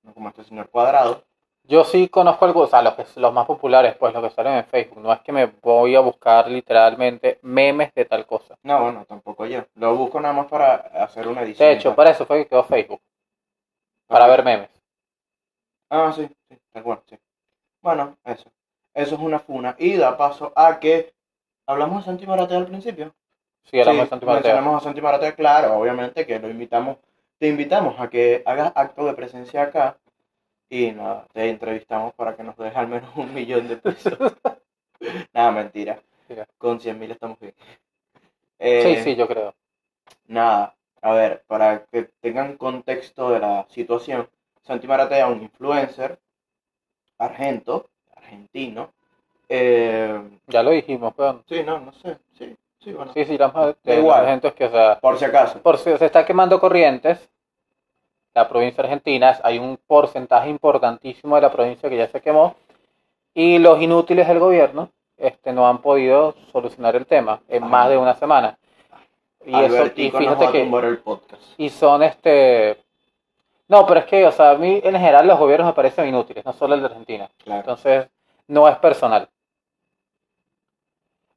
[SPEAKER 2] no como este señor cuadrado.
[SPEAKER 1] Yo sí conozco algunos, o sea, los, que, los más populares, pues los que salen en Facebook. No es que me voy a buscar literalmente memes de tal cosa.
[SPEAKER 2] No, bueno, tampoco yo. Lo busco nada más para hacer una edición.
[SPEAKER 1] De hecho, para eso fue que quedó Facebook, para ver memes.
[SPEAKER 2] Ah, sí, sí, tal cual, sí. Bueno, eso. Eso es una funa. Y da paso a que hablamos de Santi Maratea al principio.
[SPEAKER 1] Sí, hablamos de
[SPEAKER 2] Sí,
[SPEAKER 1] Santi Mateo.
[SPEAKER 2] mencionamos a Santi Maratea, claro, obviamente que lo invitamos, te invitamos a que hagas acto de presencia acá y nada, te entrevistamos para que nos dejes al menos un millón de pesos.
[SPEAKER 1] (laughs)
[SPEAKER 2] nada, mentira.
[SPEAKER 1] Mira.
[SPEAKER 2] Con 100 mil estamos bien.
[SPEAKER 1] Sí,
[SPEAKER 2] Eh,
[SPEAKER 1] sí, yo creo.
[SPEAKER 2] Nada, a ver, para que tengan contexto de la situación, Santi Maratea, un influencer argento, argentino, eh,
[SPEAKER 1] Ya lo dijimos, pero
[SPEAKER 2] sí, no, no sé, sí, sí, bueno,
[SPEAKER 1] sí, sí, la más de
[SPEAKER 2] Da igual.
[SPEAKER 1] los argentos que, o sea,
[SPEAKER 2] por si acaso,
[SPEAKER 1] por si se está quemando corrientes, la provincia argentina, hay un porcentaje importantísimo de la provincia que ya se quemó, y los inútiles del gobierno este, no han podido solucionar el tema en
[SPEAKER 2] Ajá.
[SPEAKER 1] más de una semana. Y, eso, y
[SPEAKER 2] Albertico nos va
[SPEAKER 1] fíjate
[SPEAKER 2] a
[SPEAKER 1] que,
[SPEAKER 2] tumbar el podcast.
[SPEAKER 1] y son este. No, pero es que, o sea, a mí en general los gobiernos me parecen inútiles, no solo el de Argentina.
[SPEAKER 2] Claro.
[SPEAKER 1] Entonces, no es personal.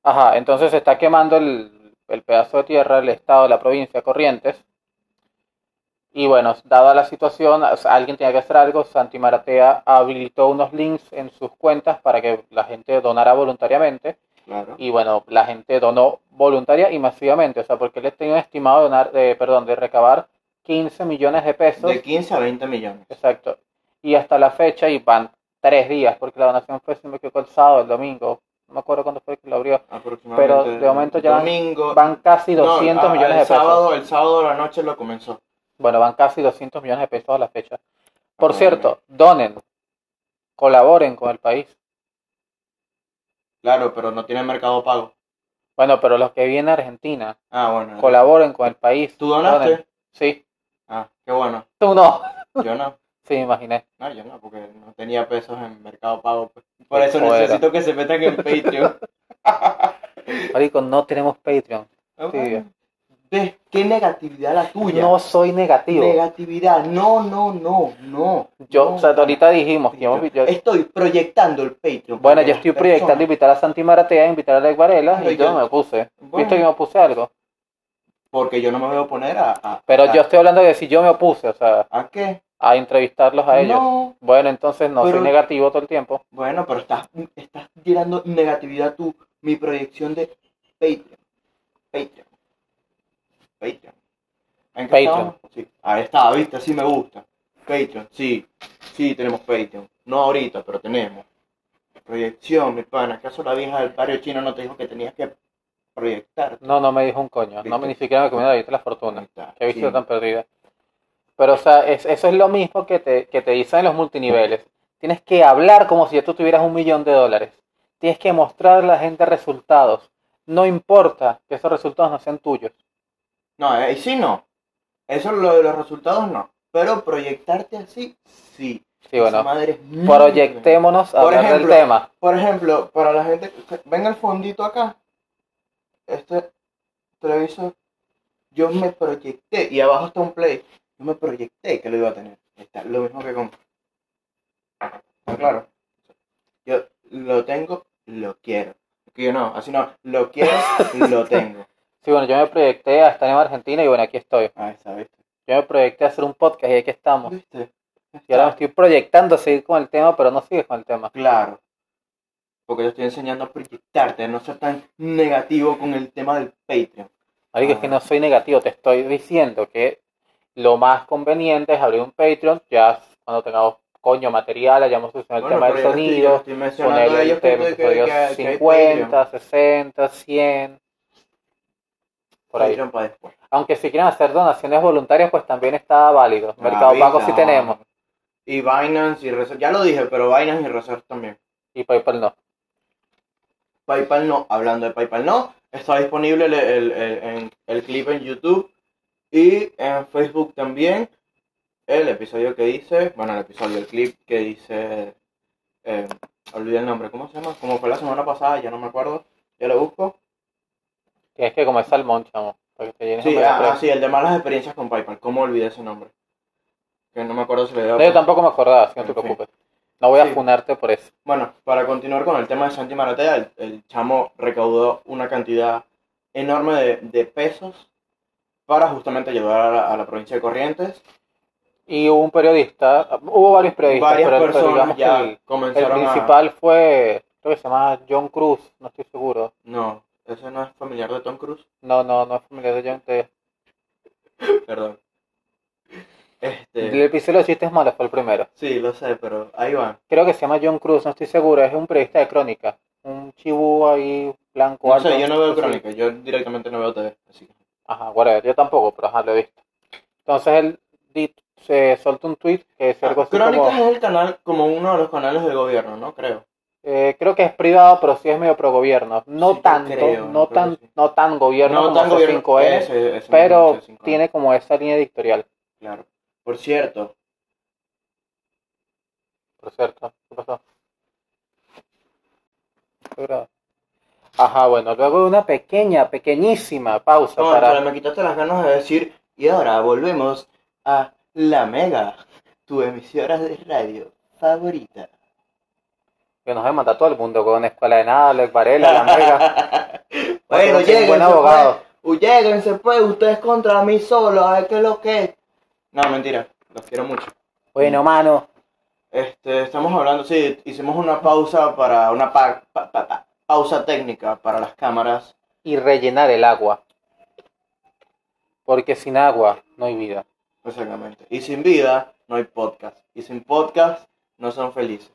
[SPEAKER 1] Ajá, entonces se está quemando el, el pedazo de tierra, el estado, la provincia, Corrientes. Y bueno, dada la situación, o sea, alguien tenía que hacer algo. Santi Maratea habilitó unos links en sus cuentas para que la gente donara voluntariamente.
[SPEAKER 2] Claro.
[SPEAKER 1] Y bueno, la gente donó voluntaria y masivamente, o sea, porque él tenía estimado de donar, de, perdón, de recabar 15 millones de pesos.
[SPEAKER 2] De 15 a 20 millones.
[SPEAKER 1] Exacto. Y hasta la fecha, y van tres días, porque la donación fue, si no me equivoco, el sábado, el domingo. No me acuerdo cuándo fue que lo abrió.
[SPEAKER 2] Aproximadamente.
[SPEAKER 1] Pero de momento ya van-
[SPEAKER 2] Domingo.
[SPEAKER 1] Van casi
[SPEAKER 2] No,
[SPEAKER 1] 200
[SPEAKER 2] a-
[SPEAKER 1] millones
[SPEAKER 2] el
[SPEAKER 1] de pesos.
[SPEAKER 2] sábado, El sábado de la noche lo comenzó.
[SPEAKER 1] Bueno, van casi 200 millones de pesos a la fecha. Por
[SPEAKER 2] Ah,
[SPEAKER 1] cierto, donen, colaboren con el país.
[SPEAKER 2] Claro, pero no tiene mercado pago.
[SPEAKER 1] Bueno, pero los que vienen a Argentina,
[SPEAKER 2] Ah, bueno.
[SPEAKER 1] colaboren con el país.
[SPEAKER 2] ¿Tú donaste?
[SPEAKER 1] Donen. Sí,
[SPEAKER 2] Ah, qué bueno.
[SPEAKER 1] tú no.
[SPEAKER 2] Yo no.
[SPEAKER 1] Sí, me imaginé.
[SPEAKER 2] No, yo no, porque no tenía pesos en mercado pago. pues. Por
[SPEAKER 1] Qué
[SPEAKER 2] eso
[SPEAKER 1] jodera.
[SPEAKER 2] necesito que se metan en Patreon.
[SPEAKER 1] Marico, no tenemos Patreon.
[SPEAKER 2] Ah,
[SPEAKER 1] (laughs) Sí,
[SPEAKER 2] bueno.
[SPEAKER 1] ya.
[SPEAKER 2] ¿Ves? ¿Qué negatividad la tuya?
[SPEAKER 1] No soy negativo.
[SPEAKER 2] negatividad. No, no, no, no.
[SPEAKER 1] yo,
[SPEAKER 2] no.
[SPEAKER 1] o sea, ahorita dijimos que
[SPEAKER 2] Yo
[SPEAKER 1] hemos- yo-
[SPEAKER 2] Estoy proyectando el Patreon.
[SPEAKER 1] Bueno,
[SPEAKER 2] porque
[SPEAKER 1] yo
[SPEAKER 2] las
[SPEAKER 1] estoy proyectando
[SPEAKER 2] personas-
[SPEAKER 1] invitar a Santi Maratea, invitar a Alex Varela,
[SPEAKER 2] Pero
[SPEAKER 1] y yo
[SPEAKER 2] yo-
[SPEAKER 1] no me puse.
[SPEAKER 2] Bueno,
[SPEAKER 1] ¿Viste que me opuse a algo?
[SPEAKER 2] Porque yo no me voy a oponer a. a-
[SPEAKER 1] Pero
[SPEAKER 2] a-
[SPEAKER 1] yo estoy hablando de si yo me opuse, o sea,
[SPEAKER 2] ¿A qué?
[SPEAKER 1] a entrevistarlos a ellos.
[SPEAKER 2] No.
[SPEAKER 1] Bueno, entonces no
[SPEAKER 2] Pero-
[SPEAKER 1] soy negativo todo el tiempo.
[SPEAKER 2] Bueno, pero estás, estás tirando negatividad tú. Mi proyección de Patreon. Patreon. Patreon. ¿En qué
[SPEAKER 1] Patreon.
[SPEAKER 2] estábamos? Sí. Ahí está, viste, así me gusta. Patreon, sí. Sí, tenemos Patreon. No ahorita, pero tenemos. Proyección, mi pana. ¿Acaso la vieja del barrio chino no te dijo que tenías que proyectar?
[SPEAKER 1] No, no me dijo un coño. No me ni siquiera me comió la dieta la fortuna. Qué vista tan perdida. Pero, o sea, es- eso es lo mismo que te, que te dicen en los multiniveles. Tienes que hablar como si ya tú tuvieras un millón de dólares. Tienes que mostrar a la gente resultados. No importa que esos resultados no sean tuyos.
[SPEAKER 2] No, ahí sí no. Eso lo de los resultados no. Pero proyectarte así, sí.
[SPEAKER 1] Sí, bueno,
[SPEAKER 2] Esa madre es muy
[SPEAKER 1] proyectémonos a
[SPEAKER 2] Por
[SPEAKER 1] hablar del
[SPEAKER 2] ejemplo,
[SPEAKER 1] tema.
[SPEAKER 2] Por ejemplo, para la gente, ven el fondito acá. Este televisor, yo me proyecté y abajo está un play. Yo me proyecté que lo iba a tener. Está lo mismo que con. Está claro. Yo lo tengo, lo quiero. Que yo no, así no, lo quiero, lo tengo.
[SPEAKER 1] Sí, bueno, yo me proyecté a estar en Argentina y bueno, aquí estoy.
[SPEAKER 2] (laughs) Ahí está, ¿viste?
[SPEAKER 1] Yo me proyecté a hacer un podcast y aquí estamos.
[SPEAKER 2] ¿Viste?
[SPEAKER 1] Y ahora me estoy proyectando a seguir con el tema, pero no sigues con el tema.
[SPEAKER 2] Claro. Porque te estoy enseñando a proyectarte, a no ser tan negativo con el tema del Patreon.
[SPEAKER 1] Marico, es
[SPEAKER 2] Ah.
[SPEAKER 1] que no soy negativo, te estoy diciendo que lo más conveniente es abrir un Patreon, ya cuando tengamos coño material, hayamos solucionado el tema del
[SPEAKER 2] pero yo estoy- yo
[SPEAKER 1] sonido,
[SPEAKER 2] estoy mencionando
[SPEAKER 1] poner
[SPEAKER 2] a
[SPEAKER 1] el
[SPEAKER 2] ellos
[SPEAKER 1] tema
[SPEAKER 2] que, que, que,
[SPEAKER 1] episodios
[SPEAKER 2] que, que hay
[SPEAKER 1] 50, 60, 100, por ahí.
[SPEAKER 2] Patreon para después.
[SPEAKER 1] Aunque si quieren hacer donaciones voluntarias, pues también está válido. Mercado
[SPEAKER 2] Avisa.
[SPEAKER 1] Pago sí tenemos
[SPEAKER 2] Y Binance y Reserve. Ya lo dije, pero Binance y Reserve también.
[SPEAKER 1] y PayPal no.
[SPEAKER 2] PayPal no. Hablando de PayPal no. Está disponible el, el- el- en- el clip en YouTube y en Facebook también. El episodio que dice, bueno, el episodio, el clip que dice, eh, olvidé el nombre, ¿cómo se llama? Como fue la semana pasada, ya no me acuerdo, ya lo busco.
[SPEAKER 1] Tienes que comer salmón, chamo. Para que te llenes
[SPEAKER 2] Sí,
[SPEAKER 1] un
[SPEAKER 2] ah,
[SPEAKER 1] pedazo.
[SPEAKER 2] ah, sí, el de malas experiencias con PayPal, ¿cómo olvidé ese nombre? Que no me acuerdo si le
[SPEAKER 1] No,
[SPEAKER 2] dio.
[SPEAKER 1] yo tampoco me acordaba, así que no te
[SPEAKER 2] En fin.
[SPEAKER 1] preocupes. No voy a
[SPEAKER 2] Sí.
[SPEAKER 1] funarte por eso.
[SPEAKER 2] Bueno, para continuar con el tema de Santi Maratea, el, el chamo recaudó una cantidad enorme de, de pesos para justamente ayudar a la, a la provincia de Corrientes.
[SPEAKER 1] Y hubo un periodista, hubo varios periodistas,
[SPEAKER 2] Varias
[SPEAKER 1] pero, pero
[SPEAKER 2] personas
[SPEAKER 1] digamos
[SPEAKER 2] ya
[SPEAKER 1] que el- el,
[SPEAKER 2] comenzaron a...
[SPEAKER 1] principal fue, creo que se llama John Cruz, no estoy seguro.
[SPEAKER 2] No, ese no es familiar de Tom Cruise,
[SPEAKER 1] No, no, no es familiar de John. de-
[SPEAKER 2] perdón.
[SPEAKER 1] El
[SPEAKER 2] Este,
[SPEAKER 1] episodio de chistes malos fue el primero.
[SPEAKER 2] sí, lo sé, pero ahí va.
[SPEAKER 1] Creo que se llama John Cruz, no estoy seguro, es un periodista de crónica. Un chibú ahí, blanco,
[SPEAKER 2] No
[SPEAKER 1] alto,
[SPEAKER 2] sé, yo no veo
[SPEAKER 1] así.
[SPEAKER 2] crónica, yo directamente no veo TV, así que...
[SPEAKER 1] Ajá, whatever, yo tampoco, pero ajá, lo he visto. Entonces él di- se soltó un tweet que es algo así
[SPEAKER 2] Ah, Crónicas
[SPEAKER 1] como,
[SPEAKER 2] es el canal, como uno de los canales del gobierno, ¿no? Creo.
[SPEAKER 1] eh, creo que es privado, pero sí es medio pro gobierno. No
[SPEAKER 2] Sí, yo
[SPEAKER 1] tanto,
[SPEAKER 2] creo,
[SPEAKER 1] no
[SPEAKER 2] creo que
[SPEAKER 1] tan,
[SPEAKER 2] sí.
[SPEAKER 1] no tan gobierno como
[SPEAKER 2] gobierno-
[SPEAKER 1] C5N,
[SPEAKER 2] ese- ese
[SPEAKER 1] pero
[SPEAKER 2] mismo, C5N,
[SPEAKER 1] tiene como esa línea editorial,
[SPEAKER 2] E, Claro. Por cierto,
[SPEAKER 1] por cierto. ¿Qué pasó? Qué bravo. Ajá, bueno, luego de una pequeña, pequeñísima pausa
[SPEAKER 2] no,
[SPEAKER 1] para...
[SPEAKER 2] pero me quitaste las ganas de decir, y ahora volvemos a La Mega, tu emisora de radio favorita.
[SPEAKER 1] Que nos demanda todo el mundo con Escuela de Nada, Alex
[SPEAKER 2] (laughs)
[SPEAKER 1] Varela, La Mega.
[SPEAKER 2] bueno,
[SPEAKER 1] Porque no tiene
[SPEAKER 2] lleguen,
[SPEAKER 1] buen abogado.
[SPEAKER 2] Lléguense pues, ustedes contra mí solo, a ver qué es lo que es. No, mentira, los quiero mucho.
[SPEAKER 1] Bueno, mano,
[SPEAKER 2] Este, estamos hablando, sí, hicimos una pausa para una pa- pa- pa- pa- pausa técnica para las cámaras.
[SPEAKER 1] y rellenar el agua. Porque sin agua no hay vida.
[SPEAKER 2] Exactamente. Y sin vida no hay podcast. Y sin podcast no son felices.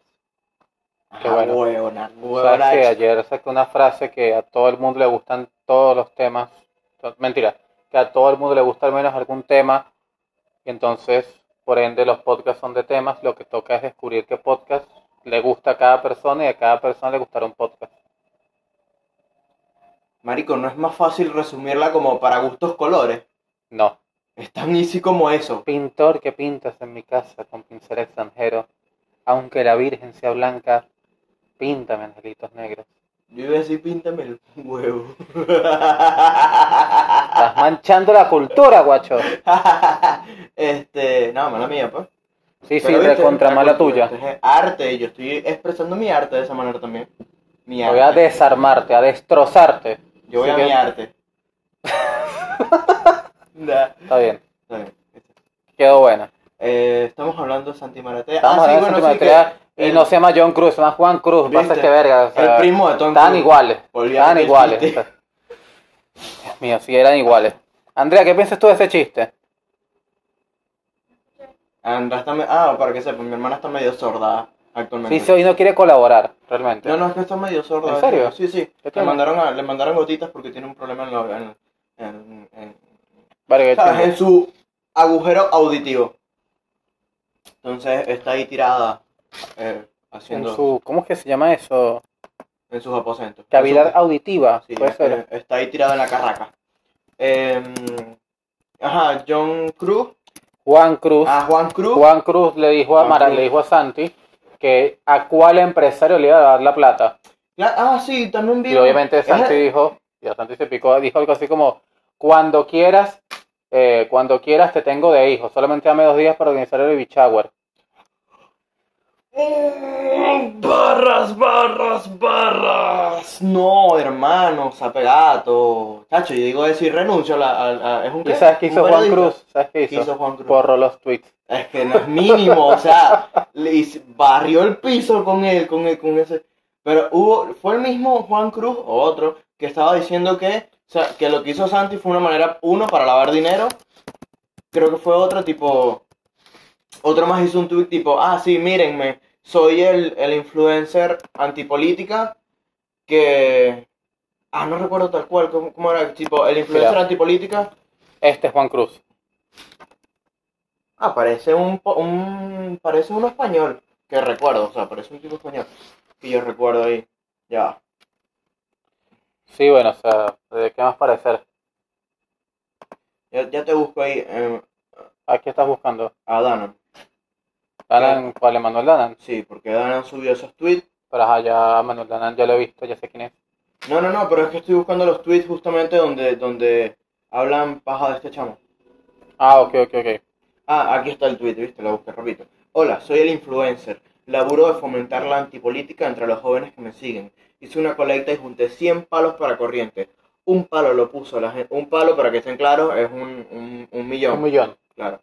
[SPEAKER 1] Qué
[SPEAKER 2] Ah,
[SPEAKER 1] bueno.
[SPEAKER 2] huevona,
[SPEAKER 1] ¿Sabes
[SPEAKER 2] huevona
[SPEAKER 1] que
[SPEAKER 2] hecha.
[SPEAKER 1] ayer saqué una frase que a todo el mundo le gustan todos los temas? To- Mentira, que a todo el mundo le gusta al menos algún tema. Y entonces, por ende, los podcasts son de temas. Lo que toca es descubrir qué podcast le gusta a cada persona y a cada persona le gustará un podcast.
[SPEAKER 2] Marico, no es más fácil resumirla como para gustos colores.
[SPEAKER 1] No.
[SPEAKER 2] Es tan easy como eso.
[SPEAKER 1] Pintor que pintas en mi casa con pincel extranjero, aunque la Virgen sea blanca, píntame angelitos negros.
[SPEAKER 2] Yo iba a decir, píntame el huevo. (laughs)
[SPEAKER 1] Estás manchando la cultura, guacho.
[SPEAKER 2] este, no, mala mía, pues.
[SPEAKER 1] Sí, sí,
[SPEAKER 2] Pero, ¿viste?
[SPEAKER 1] recontra mala tuya.
[SPEAKER 2] Esto es arte, y yo estoy expresando mi arte de esa manera también. Mi
[SPEAKER 1] Voy a
[SPEAKER 2] arte.
[SPEAKER 1] desarmarte, a destrozarte.
[SPEAKER 2] Yo voy a
[SPEAKER 1] Así que-
[SPEAKER 2] mi arte.
[SPEAKER 1] (laughs)
[SPEAKER 2] Nah,
[SPEAKER 1] Está bien,
[SPEAKER 2] está bien.
[SPEAKER 1] quedó buena.
[SPEAKER 2] Eh, estamos hablando de Santi Maratea.
[SPEAKER 1] Estamos
[SPEAKER 2] Ah, sí,
[SPEAKER 1] hablando de
[SPEAKER 2] bueno, sí,
[SPEAKER 1] Santimetría
[SPEAKER 2] que
[SPEAKER 1] y no se llama John Cruz, se llama Juan Cruz.
[SPEAKER 2] ¿Viste?
[SPEAKER 1] Pasa que verga. o sea,
[SPEAKER 2] El primo de Tom
[SPEAKER 1] Estaban
[SPEAKER 2] Cruise.
[SPEAKER 1] iguales,
[SPEAKER 2] Olvídate
[SPEAKER 1] estaban
[SPEAKER 2] del
[SPEAKER 1] iguales.
[SPEAKER 2] chiste.
[SPEAKER 1] Dios mío, sí, eran iguales. Andrea, ¿qué piensas tú de ese chiste?
[SPEAKER 2] Andrés está me- Ah, para que sepan, mi hermana está medio sorda
[SPEAKER 1] Sí,
[SPEAKER 2] actualmente.
[SPEAKER 1] sí, hoy no quiere colaborar, realmente.
[SPEAKER 2] No, no, es que está medio sorda.
[SPEAKER 1] ¿En serio?
[SPEAKER 2] Sí, sí. Le
[SPEAKER 1] tiene?
[SPEAKER 2] mandaron, a- le mandaron gotitas porque tiene un problema en, la- en- en- en-
[SPEAKER 1] Verga, el
[SPEAKER 2] ¿sabes?
[SPEAKER 1] chiste.
[SPEAKER 2] en su agujero auditivo. Entonces está ahí tirada eh,
[SPEAKER 1] en
[SPEAKER 2] haciendo en,
[SPEAKER 1] su, ¿cómo es que se llama eso?
[SPEAKER 2] sus aposentos.
[SPEAKER 1] Cavidad
[SPEAKER 2] En su-
[SPEAKER 1] auditiva,
[SPEAKER 2] Sí,
[SPEAKER 1] ah, puede
[SPEAKER 2] eh,
[SPEAKER 1] ser.
[SPEAKER 2] eh, está ahí tirada en la carraca. Eh, ajá, John Cruz.
[SPEAKER 1] Juan Cruz,
[SPEAKER 2] A Juan Cruz.
[SPEAKER 1] Juan Cruz le dijo a
[SPEAKER 2] Juan
[SPEAKER 1] Mara,
[SPEAKER 2] Cruz.
[SPEAKER 1] le dijo a Santi que a cuál empresario le iba a dar la plata.
[SPEAKER 2] La- ah, sí, también vi.
[SPEAKER 1] Y obviamente
[SPEAKER 2] Es-
[SPEAKER 1] Santi dijo, y a Santi se picó, dijo algo así como, cuando quieras, eh, cuando quieras te tengo de hijo, solamente dame dos días para organizar el baby shower.
[SPEAKER 2] Mm, Barras, barras, barras. No, hermano, zapegato. Chacho, yo digo decir renuncio a la. a- a- ¿es un
[SPEAKER 1] ¿Y
[SPEAKER 2] qué?
[SPEAKER 1] sabes qué
[SPEAKER 2] ¿Un
[SPEAKER 1] hizo Juan
[SPEAKER 2] periodista?
[SPEAKER 1] Cruz? ¿Sabes qué
[SPEAKER 2] ¿Qué
[SPEAKER 1] hizo?
[SPEAKER 2] hizo Juan Cruz?
[SPEAKER 1] Borró los tweets.
[SPEAKER 2] Es que no es mínimo, o sea, le hice- barrió el piso con él, con él, con ese. Pero hubo, fue el mismo Juan Cruz o otro que estaba diciendo que, o sea, que lo que hizo Santi fue una manera, uno, para lavar dinero. Creo que fue otro tipo, otro más hizo un tuit tipo, ah, sí, mírenme, soy el, el influencer antipolítica que, ah, no recuerdo tal cual, ¿cómo, cómo era? Tipo, el influencer
[SPEAKER 1] Mira.
[SPEAKER 2] antipolítica.
[SPEAKER 1] Este es Juan Cruz.
[SPEAKER 2] Ah, parece un, po- un parece un español que recuerdo, o sea, parece un tipo español que yo recuerdo ahí. Ya.
[SPEAKER 1] Sí, bueno, o sea, ¿de qué más parecer?
[SPEAKER 2] Ya, ya te busco ahí eh,
[SPEAKER 1] ¿A qué estás buscando?
[SPEAKER 2] a Danan.
[SPEAKER 1] Danan, ¿cuál es Manuel Danan?
[SPEAKER 2] Sí, porque Danan subió esos tweets.
[SPEAKER 1] Pero ajá, ya Manuel Danan ya lo he visto, ya sé quién es.
[SPEAKER 2] No, no, no, pero es que estoy buscando los tweets justamente donde donde hablan paja de este chamo.
[SPEAKER 1] Ah, ok, ok, ok.
[SPEAKER 2] Ah, aquí está el tweet, ¿viste? Lo busqué repito. Hola, soy el influencer. Laburo de fomentar la antipolítica entre los jóvenes que me siguen. Hice una colecta y junté 100 palos para corriente. Un palo lo puso la gente. Un palo, para que estén claros, es un, un, un
[SPEAKER 1] Un
[SPEAKER 2] millón.
[SPEAKER 1] millón.
[SPEAKER 2] Claro.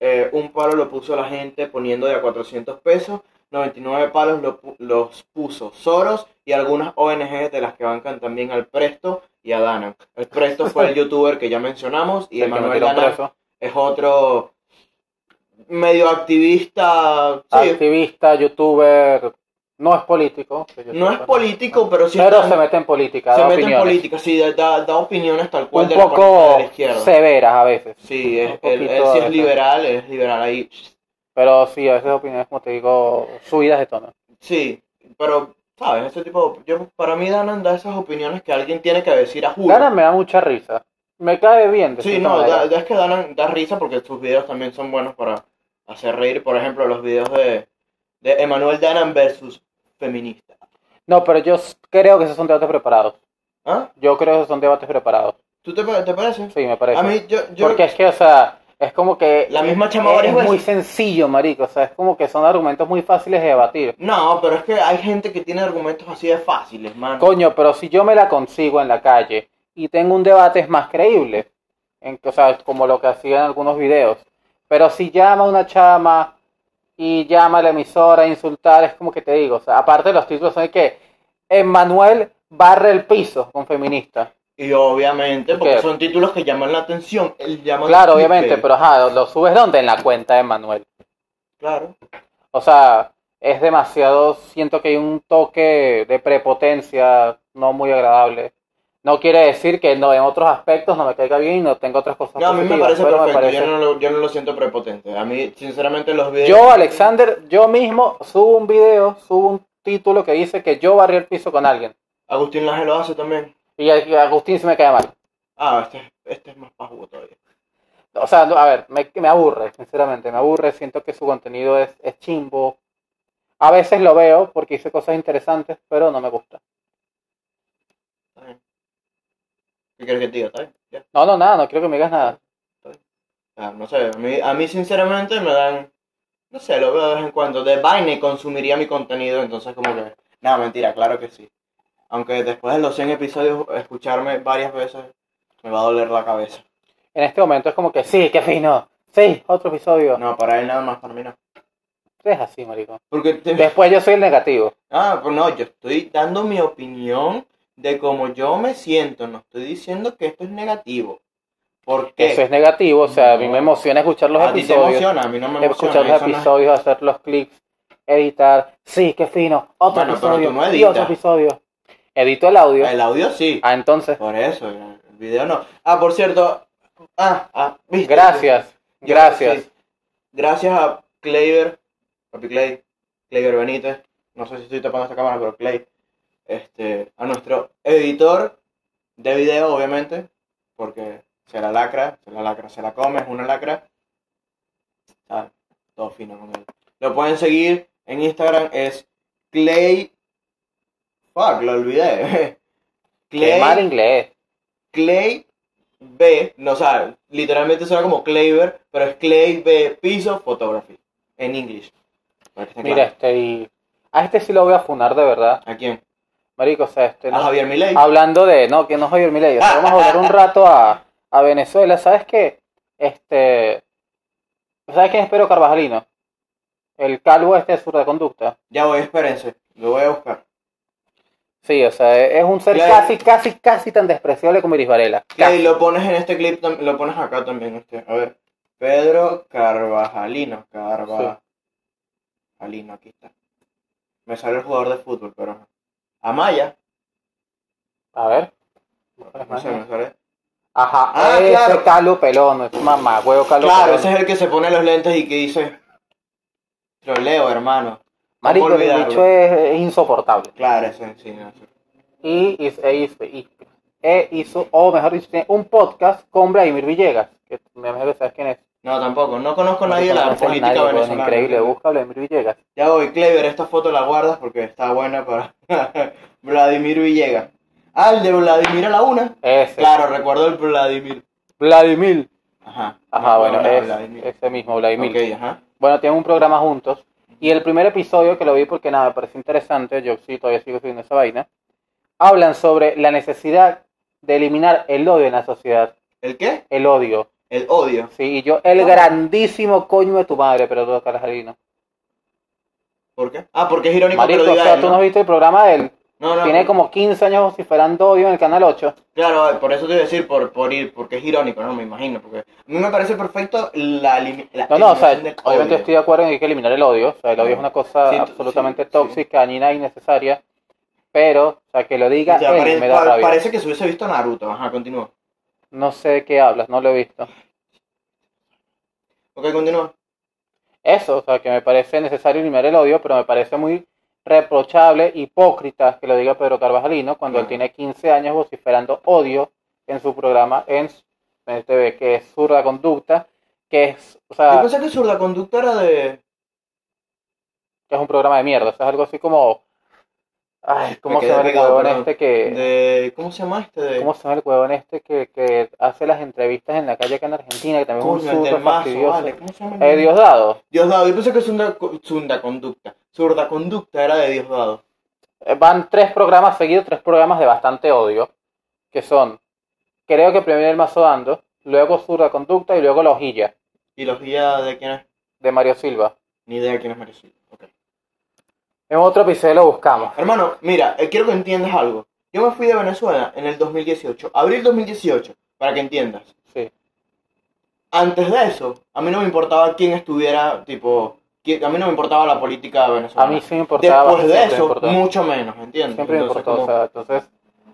[SPEAKER 2] Eh, un palo lo puso la gente poniendo de a 400 pesos. 99 palos lo pu- los puso Soros y algunas ONG de las que bancan también al Presto y a Danan. El Presto fue
[SPEAKER 1] (laughs)
[SPEAKER 2] el youtuber que ya mencionamos y
[SPEAKER 1] el que
[SPEAKER 2] Emanuel
[SPEAKER 1] metieron
[SPEAKER 2] Danan
[SPEAKER 1] preso.
[SPEAKER 2] es otro medio activista. Sí,
[SPEAKER 1] Ah, Activista, youtuber, No es político. que yo
[SPEAKER 2] No es
[SPEAKER 1] sepa,
[SPEAKER 2] político, pero sí
[SPEAKER 1] Pero
[SPEAKER 2] está-
[SPEAKER 1] se mete en política,
[SPEAKER 2] se
[SPEAKER 1] da
[SPEAKER 2] mete en
[SPEAKER 1] opiniones.
[SPEAKER 2] política, sí, da, da- da opiniones tal cual
[SPEAKER 1] Un
[SPEAKER 2] de la parte
[SPEAKER 1] poco
[SPEAKER 2] de la izquierda.
[SPEAKER 1] severas a veces.
[SPEAKER 2] Sí,
[SPEAKER 1] Un
[SPEAKER 2] él, él- él
[SPEAKER 1] poquito
[SPEAKER 2] sí
[SPEAKER 1] de-
[SPEAKER 2] es liberal, él es liberal ahí.
[SPEAKER 1] Pero sí, a veces opiniones, como te digo, subidas de tono.
[SPEAKER 2] Sí, pero, ¿sabes? Ese tipo, yo, para mí Dan da esas opiniones que alguien tiene que decir a juro.
[SPEAKER 1] Dana me da mucha risa. Me cae bien. de
[SPEAKER 2] Sí,
[SPEAKER 1] cierta
[SPEAKER 2] no,
[SPEAKER 1] manera.
[SPEAKER 2] da, da- es que dan, da risa porque sus videos también son buenos para hacer reír. Por ejemplo, los videos de, de Emanuel Danan versus feminista.
[SPEAKER 1] No, pero yo s- creo que esos son debates preparados.
[SPEAKER 2] ¿Ah?
[SPEAKER 1] Yo creo que esos son debates preparados.
[SPEAKER 2] ¿Tú te, pa- te parece?
[SPEAKER 1] Sí, me parece.
[SPEAKER 2] A mí, yo, yo
[SPEAKER 1] Porque es que, o sea, es como que
[SPEAKER 2] la misma chama
[SPEAKER 1] es
[SPEAKER 2] varias veces.
[SPEAKER 1] muy sencillo, marico. O sea, es como que son argumentos muy fáciles de debatir.
[SPEAKER 2] No, pero es que hay gente que tiene argumentos así de fáciles, man.
[SPEAKER 1] Coño, pero si yo me la consigo en la calle y tengo un debate es más creíble. En, o sea, como lo que hacía en algunos videos. Pero si llama una chama y llama a la emisora a insultar, es como que te digo. O sea, aparte los títulos son de que Emmanuel barre el piso con feminista.
[SPEAKER 2] Y obviamente, porque
[SPEAKER 1] ¿Qué?
[SPEAKER 2] son títulos que llaman la atención. Él llama
[SPEAKER 1] Claro,
[SPEAKER 2] el
[SPEAKER 1] obviamente,
[SPEAKER 2] clickbait.
[SPEAKER 1] pero ajá, lo subes dónde? En la cuenta de Manuel.
[SPEAKER 2] Claro.
[SPEAKER 1] O sea, es demasiado, siento que hay un toque de prepotencia no muy agradable. No quiere decir que no en otros aspectos no me caiga bien y no tengo otras cosas
[SPEAKER 2] No, a mí me
[SPEAKER 1] positivas,
[SPEAKER 2] parece
[SPEAKER 1] pero
[SPEAKER 2] perfecto.
[SPEAKER 1] me
[SPEAKER 2] Yo,
[SPEAKER 1] parece...
[SPEAKER 2] no lo, yo no lo siento prepotente. A mí, sinceramente, los videos.
[SPEAKER 1] Yo, Alexander, yo mismo subo un video, subo un título que dice que yo barrí el piso con alguien.
[SPEAKER 2] Agustín Laje lo hace también.
[SPEAKER 1] Y a- a Agustín se me cae mal.
[SPEAKER 2] Ah, este, este es más pajugo todavía.
[SPEAKER 1] O sea, no, a ver, me, me aburre, sinceramente, me aburre, siento que su contenido es, es chimbo. A veces lo veo porque hice cosas interesantes, pero no me gusta.
[SPEAKER 2] Está bien. ¿Qué quieres que te diga? Está bien, ya.
[SPEAKER 1] No, no, nada, no quiero que me digas nada.
[SPEAKER 2] Ah, no sé, a mí, a mí sinceramente me dan, no sé, lo veo de vez en cuando. De vaina y consumiría mi contenido, entonces como que, no, mentira, claro que sí. Aunque después de los 100 episodios, escucharme varias veces me va a doler la cabeza.
[SPEAKER 1] En este momento es como que sí, qué fino. Sí, otro episodio.
[SPEAKER 2] No, para él nada más, para mí no.
[SPEAKER 1] Es así, marico.
[SPEAKER 2] Porque, te-
[SPEAKER 1] Después yo soy el negativo.
[SPEAKER 2] ah, pues no, yo estoy dando mi opinión de cómo yo me siento, no estoy diciendo que esto es negativo. Porque
[SPEAKER 1] Eso es negativo, o sea, a mí
[SPEAKER 2] No.
[SPEAKER 1] me emociona escuchar los
[SPEAKER 2] a ti te
[SPEAKER 1] episodios.
[SPEAKER 2] emociona, a mí no me emociona.
[SPEAKER 1] Escuchar los
[SPEAKER 2] eso no es-
[SPEAKER 1] episodios, hacer los clips, editar. Sí, qué fino.
[SPEAKER 2] Bueno,
[SPEAKER 1] Otro
[SPEAKER 2] pero
[SPEAKER 1] episodio.
[SPEAKER 2] tú no
[SPEAKER 1] y otro
[SPEAKER 2] editas.
[SPEAKER 1] episodio. Edito el audio.
[SPEAKER 2] El audio sí.
[SPEAKER 1] Ah, entonces.
[SPEAKER 2] Por eso, el video no. Ah, por cierto. Ah, ah, viste.
[SPEAKER 1] Gracias.
[SPEAKER 2] Yo-
[SPEAKER 1] Gracias.
[SPEAKER 2] sí. Gracias a Kleiber, papi Clay, Kleiber Benítez. No sé si estoy tapando esta cámara, pero Clay. Este, a nuestro editor de video, obviamente, porque se la lacra, se la lacra, se la come, es una lacra. Ah, todo fino con él. Lo pueden seguir en Instagram, es Clay. Fuck, lo olvidé. (laughs)
[SPEAKER 1] Qué mal inglés.
[SPEAKER 2] Clay B, no o sea, literalmente suena como Claver, pero es Clay B Piso Photography, en inglés. Para que esté
[SPEAKER 1] Mira,
[SPEAKER 2] claro.
[SPEAKER 1] este y. A este sí lo voy a funar de verdad.
[SPEAKER 2] ¿A quién?
[SPEAKER 1] Marico, o sea, este.
[SPEAKER 2] A
[SPEAKER 1] No,
[SPEAKER 2] Javier Milei.
[SPEAKER 1] Hablando de, no, que no es Javier Milei, o sea, vamos
[SPEAKER 2] (laughs)
[SPEAKER 1] a volver un rato a, a Venezuela, ¿sabes qué? Este, ¿sabes quién es Pedro Carvajalino? El calvo este de sur de conducta.
[SPEAKER 2] Ya voy, espérense, lo voy a buscar.
[SPEAKER 1] Sí, o sea, es un ser
[SPEAKER 2] Claro.
[SPEAKER 1] casi, casi, casi tan despreciable como Iris Varela.
[SPEAKER 2] Clay,
[SPEAKER 1] Casi.
[SPEAKER 2] lo pones en este clip, tam- lo pones acá también. Este. A ver, Pedro Carvajalino. Carvajalino, aquí está. Me sale el jugador de fútbol, pero. Amaya.
[SPEAKER 1] A ver.
[SPEAKER 2] No sé, me sale.
[SPEAKER 1] Ajá,
[SPEAKER 2] Ah,
[SPEAKER 1] ese
[SPEAKER 2] claro.
[SPEAKER 1] calvo pelón, es mamá, huevo calvo
[SPEAKER 2] Claro,
[SPEAKER 1] pelón.
[SPEAKER 2] ese es el que se pone los lentes y que dice. Troleo, hermano.
[SPEAKER 1] Marico,
[SPEAKER 2] ¿cómo
[SPEAKER 1] el
[SPEAKER 2] olvidarlo?
[SPEAKER 1] bicho es, es insoportable.
[SPEAKER 2] Claro, ese sí, no, sí.
[SPEAKER 1] Y, y- e hizo, y- e hizo, o mejor dicho, tiene un podcast con Vladimir Villegas, que me imagino que sabes quién es.
[SPEAKER 2] No, tampoco. No conozco a nadie de
[SPEAKER 1] No
[SPEAKER 2] la
[SPEAKER 1] conoces a
[SPEAKER 2] política
[SPEAKER 1] nadie, weón,
[SPEAKER 2] venezolana.
[SPEAKER 1] Increíble, uh. busca a Vladimir Villegas.
[SPEAKER 2] Ya voy, Clever, esta foto la guardas porque está buena para (laughs) Vladimir Villegas. Ah, el de Vladimir a la una.
[SPEAKER 1] Ese.
[SPEAKER 2] Claro, recuerdo el Vladimir.
[SPEAKER 1] Vladimir.
[SPEAKER 2] Ajá.
[SPEAKER 1] Ajá,
[SPEAKER 2] No,
[SPEAKER 1] bueno,
[SPEAKER 2] no,
[SPEAKER 1] es-
[SPEAKER 2] Vladimir.
[SPEAKER 1] ese mismo, Vladimir.
[SPEAKER 2] Ok, ajá.
[SPEAKER 1] Bueno, tienen un programa juntos. Y el primer episodio que lo vi porque nada, me pareció interesante, yo sí todavía sigo siguiendo esa vaina, hablan sobre la necesidad de eliminar el odio en la sociedad.
[SPEAKER 2] ¿El qué?
[SPEAKER 1] El odio.
[SPEAKER 2] El odio.
[SPEAKER 1] Sí, y yo, el
[SPEAKER 2] Ah.
[SPEAKER 1] grandísimo coño de tu madre, pero tú, Carlos Alino.
[SPEAKER 2] ¿Por qué? Ah, porque es irónico que
[SPEAKER 1] Marico,
[SPEAKER 2] lo
[SPEAKER 1] o
[SPEAKER 2] diga
[SPEAKER 1] sea,
[SPEAKER 2] él,
[SPEAKER 1] tú
[SPEAKER 2] ¿no?
[SPEAKER 1] no has visto el programa del
[SPEAKER 2] No, no.
[SPEAKER 1] Tiene como 15 años vociferando odio en el canal 8.
[SPEAKER 2] Claro, por eso te iba a decir, por, por ir, porque es irónico, no me imagino. Porque a mí me parece perfecto la, limi- la
[SPEAKER 1] No, no, o sea,
[SPEAKER 2] eliminación del
[SPEAKER 1] obviamente
[SPEAKER 2] odio.
[SPEAKER 1] estoy de acuerdo en que hay que eliminar el odio. O sea, el odio
[SPEAKER 2] Ajá.
[SPEAKER 1] es una cosa
[SPEAKER 2] Sí, t-
[SPEAKER 1] absolutamente
[SPEAKER 2] sí, sí.
[SPEAKER 1] tóxica, dañina, innecesaria. Pero, o sea, que lo diga
[SPEAKER 2] O sea,
[SPEAKER 1] él
[SPEAKER 2] pare-
[SPEAKER 1] me da
[SPEAKER 2] eh, pa-
[SPEAKER 1] rabia.
[SPEAKER 2] parece que se hubiese visto Naruto. Ajá, continúa.
[SPEAKER 1] No sé de qué hablas, no lo he visto.
[SPEAKER 2] Ok, continúa.
[SPEAKER 1] Eso, o sea, que me parece necesario eliminar el odio, pero me parece muy reprochable, hipócrita que lo diga Pedro Carvajalino cuando él
[SPEAKER 2] Ajá.
[SPEAKER 1] tiene 15 años vociferando odio en su programa en en TV, que es zurda conducta, que es,
[SPEAKER 2] Yo
[SPEAKER 1] o sea,
[SPEAKER 2] pensé que Zurda Conducta era de.
[SPEAKER 1] que es un programa de mierda, o sea, es algo así como, ay, ¿cómo
[SPEAKER 2] Me
[SPEAKER 1] se
[SPEAKER 2] quedé
[SPEAKER 1] llama el
[SPEAKER 2] pegado,
[SPEAKER 1] huevón
[SPEAKER 2] perdón.
[SPEAKER 1] este que,
[SPEAKER 2] de ¿Cómo se llama este? De,
[SPEAKER 1] cómo se llama el huevón este que, que hace las entrevistas en la calle acá en Argentina, que también es
[SPEAKER 2] Coño,
[SPEAKER 1] un
[SPEAKER 2] el
[SPEAKER 1] zurdo
[SPEAKER 2] del mazo,
[SPEAKER 1] fastidioso?
[SPEAKER 2] vale. ¿Cómo se llama?
[SPEAKER 1] Eh, Diosdado,
[SPEAKER 2] Diosdado, yo pensé que Zunda, Zunda Conducta. Zurda Conducta era de Diosdado.
[SPEAKER 1] Eh, van tres programas seguidos, tres programas de bastante odio, que son, creo que primero el mazo dando, luego zurda conducta y luego la hojilla
[SPEAKER 2] ¿Y los guías de quién es?
[SPEAKER 1] de Mario Silva.
[SPEAKER 2] Ni idea de quién es Mario Silva. Ok.
[SPEAKER 1] En otro episodio lo buscamos.
[SPEAKER 2] Hermano, mira, eh, quiero que entiendas algo. Yo me fui de Venezuela en el 2018, abril 2018, para que entiendas.
[SPEAKER 1] Sí.
[SPEAKER 2] Antes de eso, a mí no me importaba quién estuviera, tipo, qui- a mí no me importaba la política
[SPEAKER 1] A
[SPEAKER 2] venezolana.
[SPEAKER 1] mí sí me importaba.
[SPEAKER 2] Después de
[SPEAKER 1] siempre me
[SPEAKER 2] eso,
[SPEAKER 1] importó.
[SPEAKER 2] mucho menos, ¿entiendes?
[SPEAKER 1] Siempre me
[SPEAKER 2] Entonces,
[SPEAKER 1] importó,
[SPEAKER 2] como-
[SPEAKER 1] o sea, entonces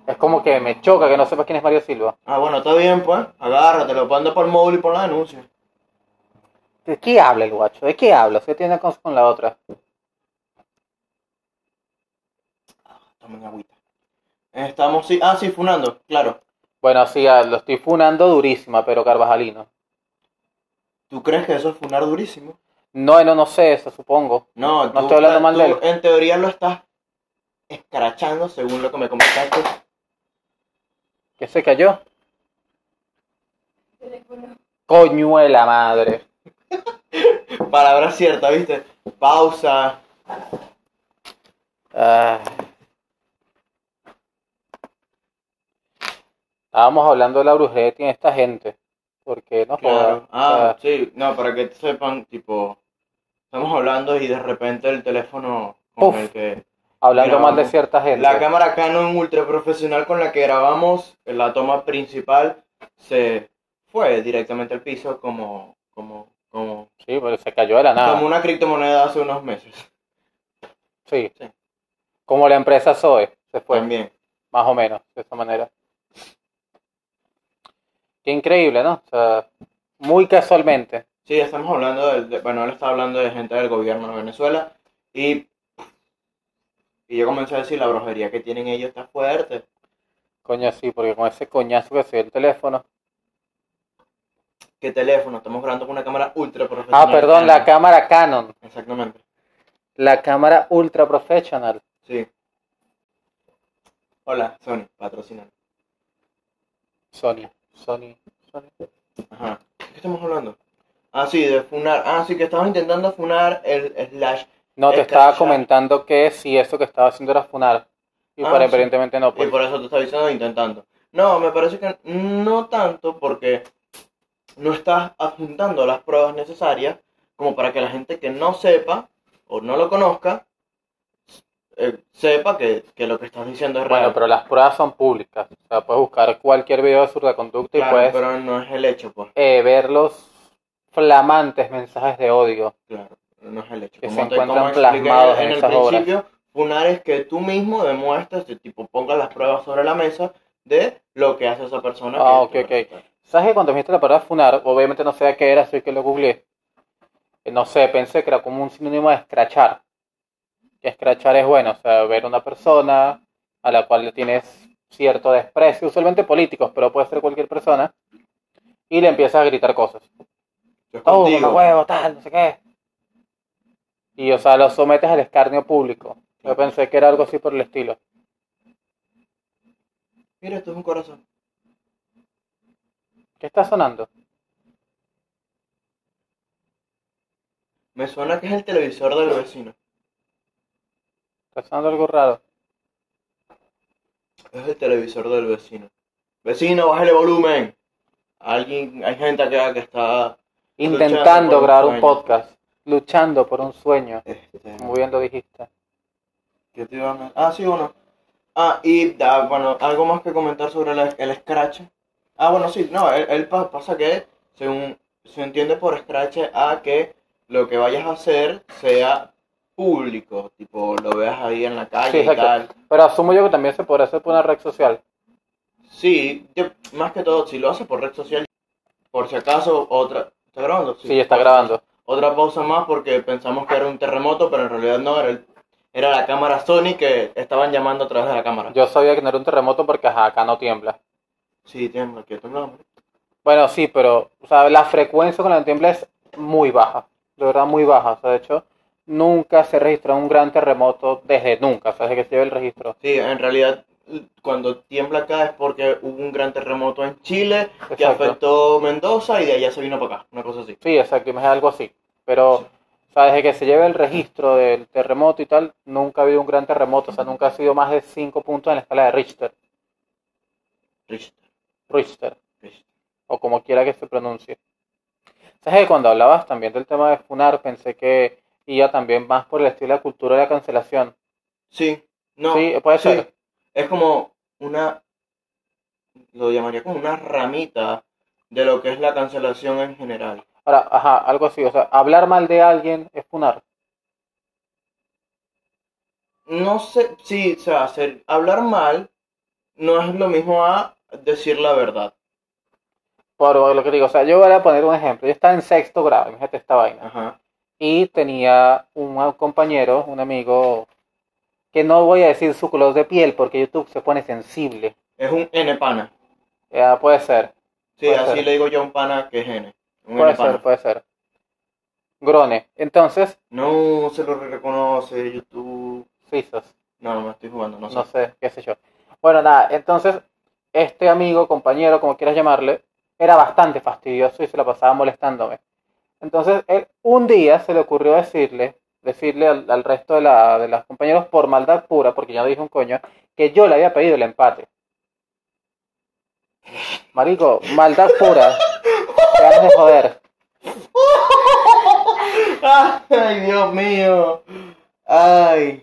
[SPEAKER 1] es como que me choca que no sepas quién es Mario Silva.
[SPEAKER 2] Ah, bueno, está bien, pues. Agárratelo, panda para el móvil y pon la denuncia.
[SPEAKER 1] ¿De qué habla el guacho? ¿De qué habla? O sea, tiene una cosa con la otra.
[SPEAKER 2] Tomen agüita. Estamos, sí. Ah, sí, Funando, claro.
[SPEAKER 1] Bueno, sí, ah, lo estoy funando durísima, pero Carvajalino.
[SPEAKER 2] ¿Tú crees que eso es funar durísimo?
[SPEAKER 1] No, no, no sé eso, supongo.
[SPEAKER 2] No, tú,
[SPEAKER 1] estoy hablando mal
[SPEAKER 2] tú
[SPEAKER 1] de él.
[SPEAKER 2] en teoría lo estás escrachando según lo que me comentaste.
[SPEAKER 1] ¿Qué se cayó? Coñuela madre.
[SPEAKER 2] Palabra cierta, ¿viste? Pausa.
[SPEAKER 1] Ah. Estábamos hablando de la brujería que tiene esta gente. Porque no
[SPEAKER 2] Claro.
[SPEAKER 1] jodas.
[SPEAKER 2] Ah, sí. No, para que sepan, tipo, estamos hablando y de repente el teléfono con
[SPEAKER 1] Uf.
[SPEAKER 2] el que...
[SPEAKER 1] hablando
[SPEAKER 2] mira,
[SPEAKER 1] mal de
[SPEAKER 2] vamos.
[SPEAKER 1] cierta gente.
[SPEAKER 2] La cámara Canon ultra profesional con la que grabamos en la toma principal se fue directamente al piso como, como, como,
[SPEAKER 1] Sí, pero se cayó de la nada.
[SPEAKER 2] como una criptomoneda hace unos
[SPEAKER 1] (laughs)
[SPEAKER 2] meses.
[SPEAKER 1] Sí.
[SPEAKER 2] Sí.
[SPEAKER 1] Como la empresa Zoe se fue,
[SPEAKER 2] También.
[SPEAKER 1] más o menos, de esa manera. Qué increíble, ¿no? O sea, muy casualmente.
[SPEAKER 2] Sí, estamos hablando del- de, bueno, él está hablando de gente del gobierno de Venezuela y, y yo comencé a decir la brujería que tienen ellos está fuerte.
[SPEAKER 1] Coño, sí, porque con ese coñazo que se dio el teléfono.
[SPEAKER 2] ¿Qué teléfono? Estamos grabando con una cámara ultra profesional.
[SPEAKER 1] Ah, perdón, la
[SPEAKER 2] Pues cámara.
[SPEAKER 1] cámara Canon.
[SPEAKER 2] Exactamente.
[SPEAKER 1] La cámara ultra professional.
[SPEAKER 2] Sí. Hola, Sony, patrocina.
[SPEAKER 1] Sony. Sony. Sony.
[SPEAKER 2] Ajá. ¿De qué estamos hablando? Ah, sí, de funar. Ah, sí, que estabas intentando funar el slash. eh,
[SPEAKER 1] No, te
[SPEAKER 2] Es
[SPEAKER 1] estaba
[SPEAKER 2] cachar.
[SPEAKER 1] comentando que si eso que estaba haciendo era funar. Y
[SPEAKER 2] Ah,
[SPEAKER 1] para
[SPEAKER 2] sí.
[SPEAKER 1] aparentemente no.
[SPEAKER 2] Y
[SPEAKER 1] pues.
[SPEAKER 2] por eso te estaba diciendo intentando. No, me parece que no tanto porque no estás adjuntando las pruebas necesarias como para que la gente que no sepa o no lo conozca eh, sepa que, que lo que estás diciendo es
[SPEAKER 1] Bueno,
[SPEAKER 2] real.
[SPEAKER 1] pero las pruebas son públicas. O sea, puedes buscar cualquier video de surda conducta y
[SPEAKER 2] Claro,
[SPEAKER 1] puedes
[SPEAKER 2] pero no es el hecho, pues.
[SPEAKER 1] eh, ver los flamantes mensajes de odio.
[SPEAKER 2] Claro, no es el hecho.
[SPEAKER 1] Que
[SPEAKER 2] como
[SPEAKER 1] se
[SPEAKER 2] te-
[SPEAKER 1] encuentran
[SPEAKER 2] como expliqué
[SPEAKER 1] plasmados en
[SPEAKER 2] el
[SPEAKER 1] esas obras.
[SPEAKER 2] principio, funar es que tú mismo demuestres, que, tipo, pongas las pruebas sobre la mesa de lo que hace esa persona.
[SPEAKER 1] Ah,
[SPEAKER 2] que-
[SPEAKER 1] ok, ok. ¿Sabes que cuando viste la palabra funar, obviamente no sé a qué era, así que lo googleé? Eh, No sé, pensé que era como un sinónimo de escrachar. Que escrachar es bueno, o sea, ver a una persona a la cual le tienes cierto desprecio, usualmente políticos, pero puede ser cualquier persona, y le empiezas a gritar cosas.
[SPEAKER 2] Yo
[SPEAKER 1] Oh,
[SPEAKER 2] contigo.
[SPEAKER 1] huevo, tal, no sé qué. Y, o sea, lo sometes al escarnio público. Yo pensé que era algo así por el estilo.
[SPEAKER 2] Mira, esto es un corazón.
[SPEAKER 1] ¿Qué está sonando?
[SPEAKER 2] Me suena que es el televisor del vecino.
[SPEAKER 1] Está sonando algo raro.
[SPEAKER 2] Es el televisor del vecino. Vecino, bájale volumen. Alguien, hay gente acá que está. Luchando por
[SPEAKER 1] Intentando
[SPEAKER 2] un
[SPEAKER 1] grabar un
[SPEAKER 2] sueño.
[SPEAKER 1] podcast. Luchando por un sueño.
[SPEAKER 2] Este,
[SPEAKER 1] Muy bien lo dijiste.
[SPEAKER 2] ¿qué te iba a- Ah, sí o no. Ah, y da, bueno, algo más que comentar sobre el, el scratch. Ah, bueno, sí, no, él, él pa- pasa que según se entiende por scratch a que lo que vayas a hacer sea público, tipo lo veas ahí en la
[SPEAKER 1] Sí,
[SPEAKER 2] calle y
[SPEAKER 1] exacto.
[SPEAKER 2] tal.
[SPEAKER 1] Pero asumo yo que también se podrá hacer por una red social.
[SPEAKER 2] Sí, yo- más que todo, si lo haces por red social, por si acaso, otra. ¿Está grabando?
[SPEAKER 1] Sí, está grabando.
[SPEAKER 2] Otra pausa más porque pensamos que era un terremoto, pero en realidad no, era, el- era la cámara Sony que estaban llamando a través de la cámara.
[SPEAKER 1] Yo sabía que no era un terremoto porque ajá, acá no tiembla.
[SPEAKER 2] Sí, tiembla, que temblaba.
[SPEAKER 1] Bueno, sí, pero o sea, la frecuencia con la que tiembla es muy baja. De verdad, muy baja. O sea, de hecho, nunca se registra un gran terremoto desde nunca. O sea, desde que se lleva el registro.
[SPEAKER 2] Sí, en realidad l- cuando tiembla acá es porque hubo un gran terremoto en Chile que
[SPEAKER 1] Exacto.
[SPEAKER 2] afectó Mendoza y de allá se vino para acá, una cosa así.
[SPEAKER 1] Sí, exacto, imagínate algo así. Pero, o sea, desde que se lleva el registro del terremoto y tal, nunca ha habido un gran terremoto. O sea, nunca ha sido más de 5 puntos en la escala de Richter.
[SPEAKER 2] Richter,
[SPEAKER 1] Richter.
[SPEAKER 2] Richter.
[SPEAKER 1] o como quiera que se pronuncie. ¿Sabes que cuando hablabas también del tema de funar, pensé que iba también más por el estilo de la cultura de la cancelación?
[SPEAKER 2] Sí, no,
[SPEAKER 1] sí, puede
[SPEAKER 2] sí,
[SPEAKER 1] ser.
[SPEAKER 2] es como una, lo llamaría como una ramita de lo que es la cancelación en general.
[SPEAKER 1] Ahora, ajá, algo así, o sea, hablar mal de alguien es funar.
[SPEAKER 2] No sé, sí, o sea, hacer, hablar mal no es lo mismo a decir la verdad.
[SPEAKER 1] Por lo que digo, o sea, yo voy a poner un ejemplo. Yo estaba en sexto grado, imagínate esta vaina.
[SPEAKER 2] Ajá,
[SPEAKER 1] Y tenía un compañero, un amigo, que no voy a decir su color de piel porque YouTube se pone sensible.
[SPEAKER 2] es un N pana.
[SPEAKER 1] Ya, puede ser.
[SPEAKER 2] Sí,
[SPEAKER 1] Puede
[SPEAKER 2] así
[SPEAKER 1] ser.
[SPEAKER 2] le digo yo a un pana que es N. Un
[SPEAKER 1] Puede
[SPEAKER 2] N pana.
[SPEAKER 1] ser, puede ser. Grone. Entonces,
[SPEAKER 2] No se lo reconoce YouTube.
[SPEAKER 1] suizos.
[SPEAKER 2] No, me estoy jugando, no sé.
[SPEAKER 1] no sé, qué sé yo. Bueno, nada, entonces este amigo, compañero, como quieras llamarle, era bastante fastidioso y se la pasaba molestándome. Entonces, él un día se le ocurrió decirle, decirle al, al resto de, la, de los compañeros por maldad pura, porque ya no dije un coño, que yo le había pedido el empate. Marico, maldad pura. Qué Ganas de joder.
[SPEAKER 2] (laughs) Ay, Dios mío. Ay.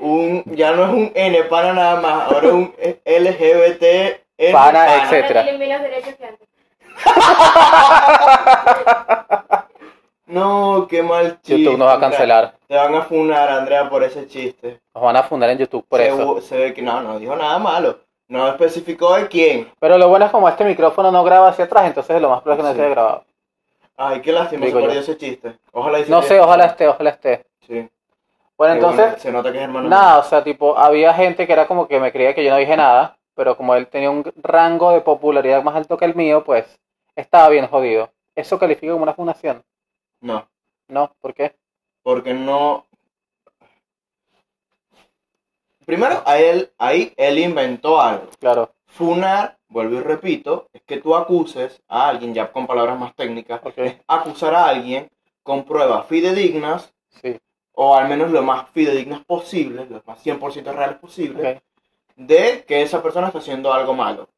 [SPEAKER 2] Un, ya no es un N pana nada más, ahora es un LGBT N
[SPEAKER 1] Pana,
[SPEAKER 2] pana.
[SPEAKER 1] etcétera.
[SPEAKER 3] tienen menos derechos que antes.
[SPEAKER 2] No, qué mal chiste.
[SPEAKER 1] YouTube nos va a cancelar.
[SPEAKER 2] Te van a funar, Andrea, por ese chiste.
[SPEAKER 1] Nos van a fundar en YouTube por
[SPEAKER 2] se,
[SPEAKER 1] eso.
[SPEAKER 2] bu- se ve que no, no dijo nada malo. No especificó de quién.
[SPEAKER 1] Pero lo bueno es como este micrófono no graba hacia atrás, entonces lo más probable es que no
[SPEAKER 2] Sí.
[SPEAKER 1] se haya grabado.
[SPEAKER 2] Ay, qué lástima,
[SPEAKER 1] Digo
[SPEAKER 2] se
[SPEAKER 1] yo.
[SPEAKER 2] perdió ese chiste. Ojalá y se
[SPEAKER 1] No
[SPEAKER 2] quede
[SPEAKER 1] sé,
[SPEAKER 2] escuchando.
[SPEAKER 1] ojalá esté, ojalá esté.
[SPEAKER 2] Sí.
[SPEAKER 1] Bueno,
[SPEAKER 2] Qué bueno,
[SPEAKER 1] entonces,
[SPEAKER 2] se nota que es hermano.
[SPEAKER 1] nada, o sea, tipo, había gente que era como que me creía que yo no dije nada, pero como él tenía un rango de popularidad más alto que el mío, pues estaba bien jodido. Eso califica como una fundación,
[SPEAKER 2] mío. No.
[SPEAKER 1] ¿no? ¿Por qué?
[SPEAKER 2] porque no. Primero, a él, ahí él inventó algo.
[SPEAKER 1] Claro,
[SPEAKER 2] Funar, vuelvo y repito, es que tú acuses a alguien, ya con palabras más técnicas,
[SPEAKER 1] ok,
[SPEAKER 2] acusar a alguien con pruebas fidedignas,
[SPEAKER 1] sí,
[SPEAKER 2] o al menos lo más fidedignas posible, lo más 100% reales posible, (laughs)
[SPEAKER 1] ok,
[SPEAKER 2] de que esa persona está haciendo algo malo.